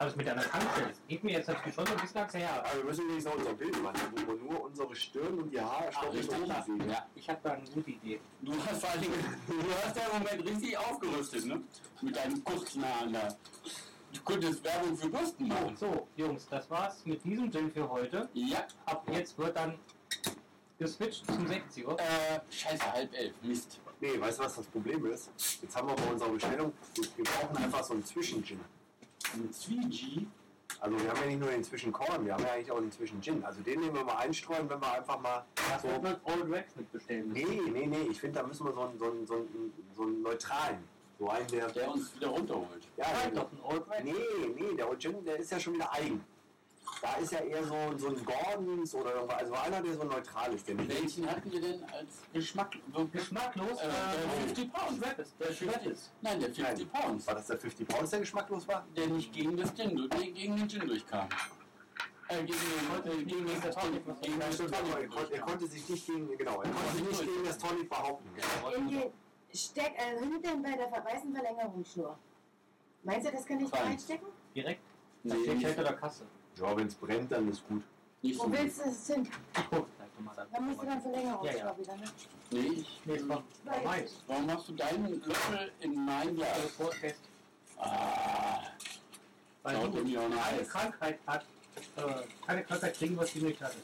C: Also mit einer Tankstelle. Das geht mir jetzt natürlich schon so ein bisschen ans Herz.
A: Aber Also wir müssen übrigens noch unser Bild machen, wo wir nur unsere Stirn und die Haarstoffe
E: Richtig,
A: oben sehen.
E: ja.
C: Ich habe da eine gute Idee.
E: Du hast vor allen Dingen, du hast ja im Moment richtig aufgerüstet, ne? Mit deinen kurzen Haaren da. Du könntest Werbung für Bürsten machen.
C: So, Jungs, das war's mit diesem Gin für heute.
E: Ja,
C: Ab jetzt wird dann geswitcht zum 60er.
E: äh, scheiße, halb elf, Mist.
A: Nee, weißt du, was das Problem ist? Jetzt haben wir bei unserer Bestellung, wir brauchen einfach so einen Zwischengin.
E: Ein Zwiegi.
A: Also wir haben ja nicht nur den Zwischenkorn, wir haben ja eigentlich auch den Zwischengin. Also den nehmen wir mal einstreuen, wenn wir einfach mal
E: Äh,
C: Das wird
A: so...
C: man Old Rex mitbestellen müssen.
A: Nee, nee, nee, ich finde, da müssen wir so einen, so einen, so einen, so einen neutralen. So einen, der...
E: der uns wieder runterholt.
A: Ja,
C: Halt
A: der,
C: doch ein Old Rex.
A: nee, nee, der Gin, der ist ja schon wieder eigen. Da ist ja eher so, so ein Gordons oder irgendwas. also einer, der so neutral ist. Der nicht
E: Welchen hatten wir denn als Geschmack? so Gesch-
C: Geschmacklos.
E: Äh, der 50 Pounds.
C: Rappes.
E: Der 50, nein, der 50 Pounds.
A: War das der 50 Pounds, der geschmacklos war?
E: Der nicht gegen das Gin, durch- nee, gegen den Gin durchkam. Äh, gegen den, äh, gegen das Gin, gegen
A: Ja,
E: das
A: stimmt, aber er,
E: Tonic
A: konnte, er
E: durchkam.
A: konnte sich nicht gegen, genau, er konnte sich nicht gegen das Tonic behaupten.
H: Irgendwie steck, äh, hinten bei der weißen Verlängerungsschnur. Meinst du, das kann ich da
E: Fein.
H: reinstecken?
C: Direkt.
E: Nee,
C: Das steht
E: nicht-
C: hinter der Kasse.
A: Ja, wenn es brennt, dann ist gut.
E: Nicht so
H: Wo
E: gut.
H: willst du es hin?
C: Guck, sag du mal dann.
H: Da musst du dann Verlängerungsschnur
C: Ja, ja.
H: wieder, ne?
E: Nee, ich,
C: Nee, komm.
H: Weil-
C: Meins.
E: warum machst du deinen Löffel in mein
C: Also
E: Glas?
C: Vorfest.
E: Ah,
C: Weil
E: Schaut
C: du
E: irgendwie auch noch
C: keine
E: aus.
C: Krankheit hat, äh, keine Krankheit kriegen, was du nicht hattest.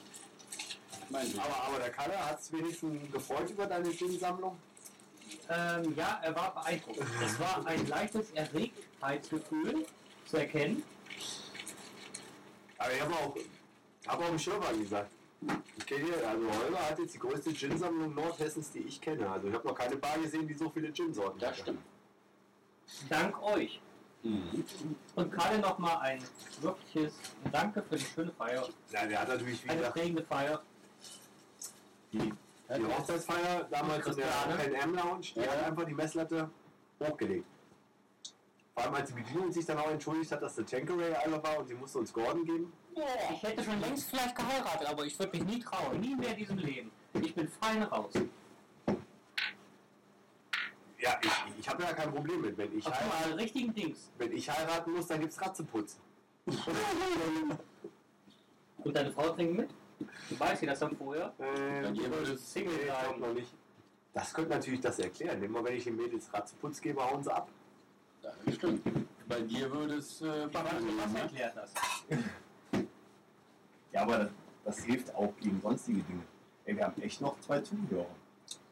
E: mein Gott.
A: Aber, aber der Kalle hat es wenigstens gefreut über deine Gin-Sammlung.
C: Ähm, ja, er war beeindruckt. Es war ein leichtes Erregtheitsgefühl zu erkennen.
A: Aber ich habe auch, hab auch im Schirmer gesagt. Ich kenne hier, also Holger hat jetzt die größte Gin-Sammlung Nordhessens, die ich kenne. Also ich habe noch keine Bar gesehen, die so viele Gin-Sorten
E: Das
A: hatte.
E: stimmt.
C: Dank euch.
E: Mhm.
C: Und gerade nochmal ein wirkliches Danke für die schöne Feier.
A: Ja, der hat natürlich, wie
C: Eine
A: gesagt,
C: prägende Feier.
A: die, die Hochzeitsfeier damals in der
C: Christiane.
A: Pan-Am-Lounge, die
E: Ja.
A: hat einfach die Messlatte hochgelegt. Vor allem, als die Bedienung sich dann auch entschuldigt hat, dass der Tankeray alle war und sie musste uns Gordon geben.
D: Ich hätte schon längst vielleicht geheiratet, aber ich würde mich nie trauen.
C: Nie mehr in diesem Leben. Ich bin fein raus.
A: Ja, ich, ich habe ja kein Problem mit. Wenn ich,
C: Auf
A: heir
C: mal richtigen Dings.
A: wenn ich heiraten muss, dann gibt's Ratzeputzen.
C: Und deine Frau trinkt mit? Du weißt ja das dann vorher.
A: Ähm,
E: gäbe
A: nee, ich
E: es
C: Single
A: glaub
C: sein.
A: noch nicht. Das könnte natürlich das erklären. Immer wenn ich den Mädels Ratzeputz gebe, hauen sie ab.
E: Ja, das stimmt. Bei dir würde es äh, Banane
C: Was
E: nehmen, ne?
C: erklärt das?
B: ja aber das, das hilft auch gegen sonstige Dinge. Ey, wir haben echt noch zwei Zuhörer.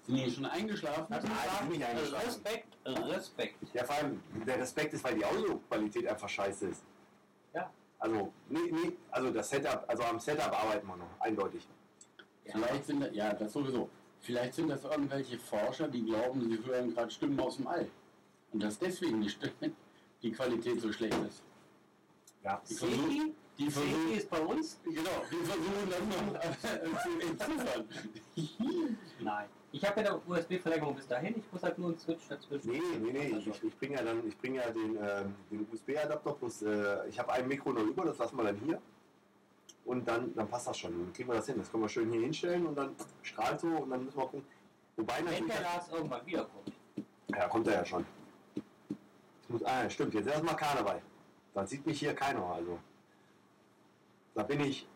E: Sind die schon eingeschlafen?
C: Also,
A: ich bin nicht eingeschlafen.
C: Respekt, Respekt.
A: Ja, vor allem, der Respekt ist, weil die Audioqualität einfach scheiße ist.
C: Ja.
A: Also, nee, nee, also das Setup, also am Setup arbeiten wir noch, eindeutig.
E: Vielleicht sind das, ja, das sowieso. Vielleicht sind das irgendwelche Forscher, die glauben, sie hören gerade Stimmen aus dem All. Und dass deswegen die, Stimme, die Qualität so schlecht ist.
A: Ja.
E: Die
C: Seki?
E: versuchen, die
C: Seki
E: versuchen,
C: ist bei uns?
E: genau, die versuchen das noch [LAUGHS] zu entziffern.
C: Nein. Ich habe ja eine USB-Verlängerung bis dahin. Ich muss halt nur einen Switch dazwischen.
A: Nee, nee, nee,
C: Also.
A: ich, ich, ich bringe ja dann, ich bringe ja den, ähm, den USB-Adapter plus, äh, ich habe ein Mikro noch über, das lassen wir dann hier. und dann, dann passt das schon. Dann kriegen wir das hin. Das können wir schön hier hinstellen und dann strahlt so und dann müssen wir gucken. Wobei
C: Wenn
A: natürlich.
C: der Lars irgendwann wiederkommt.
A: Ja, kommt er ja schon. Jetzt muss, ah, ja, stimmt, jetzt erstmal Karneval. Dann sieht mich hier keiner, also. Da bin ich.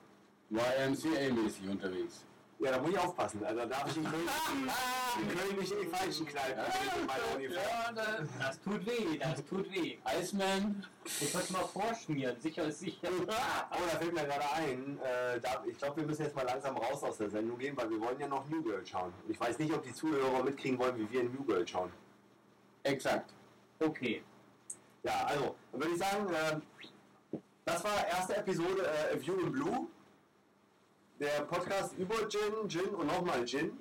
E: YMCA-mäßig unterwegs.
A: Ja, da muss ich aufpassen. Also da darf ich in Köln,
E: Ah!
A: in Köln nicht in die falschen
D: [LAUGHS]
A: Kneipen. gehen mit meiner Uniform.
C: Das tut weh, das tut weh.
E: Iceman,
C: Ich sollte mal vorschmieren, sicher
A: [LAUGHS]
C: ist sicher.
A: Oh, da fällt mir gerade ein. Äh, da, ich glaube, wir müssen jetzt mal langsam raus aus der Sendung gehen, weil wir wollen ja noch New Girl schauen. Ich weiß nicht, ob die Zuhörer mitkriegen wollen, wie wir in New Girl schauen.
E: exakt.
C: Okay.
A: Ja, also, dann würde ich sagen, ähm, das war erste Episode äh, A View in Blue. Der Podcast über Gin, Gin und nochmal Gin.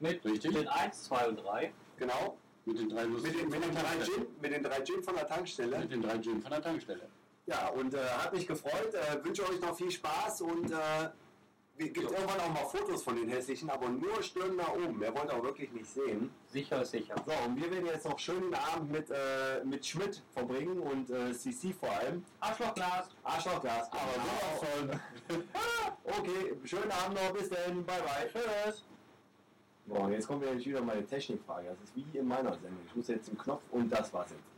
C: Mit
E: Richtig.
C: den 1, 2 und 3.
A: Genau.
E: Mit den drei
A: Mit den, mit, den drei Gin, mit den drei Gin von der Tankstelle.
E: Mit den drei Gin von der Tankstelle.
A: Ja, und äh, hat mich gefreut. Äh, wünsche euch noch viel Spaß und äh, gibt irgendwann auch mal Fotos von den hässlichen, aber nur Stirn nach oben. Wer wollte auch wirklich nicht sehen.
C: Sicher ist sicher.
A: So, und wir werden jetzt noch schönen Abend mit, äh, mit Schmidt verbringen und äh, CC vor allem.
C: Arschlochglas.
A: Arschlochglas. Aber
E: sowas
A: [LAUGHS] okay, schönen Abend noch, bis dann, bye bye. Tschüss.
B: Boah, und jetzt kommt ja wieder meine Technikfrage. Das ist wie in meiner Sendung. Ich muss jetzt zum Knopf und das war's jetzt.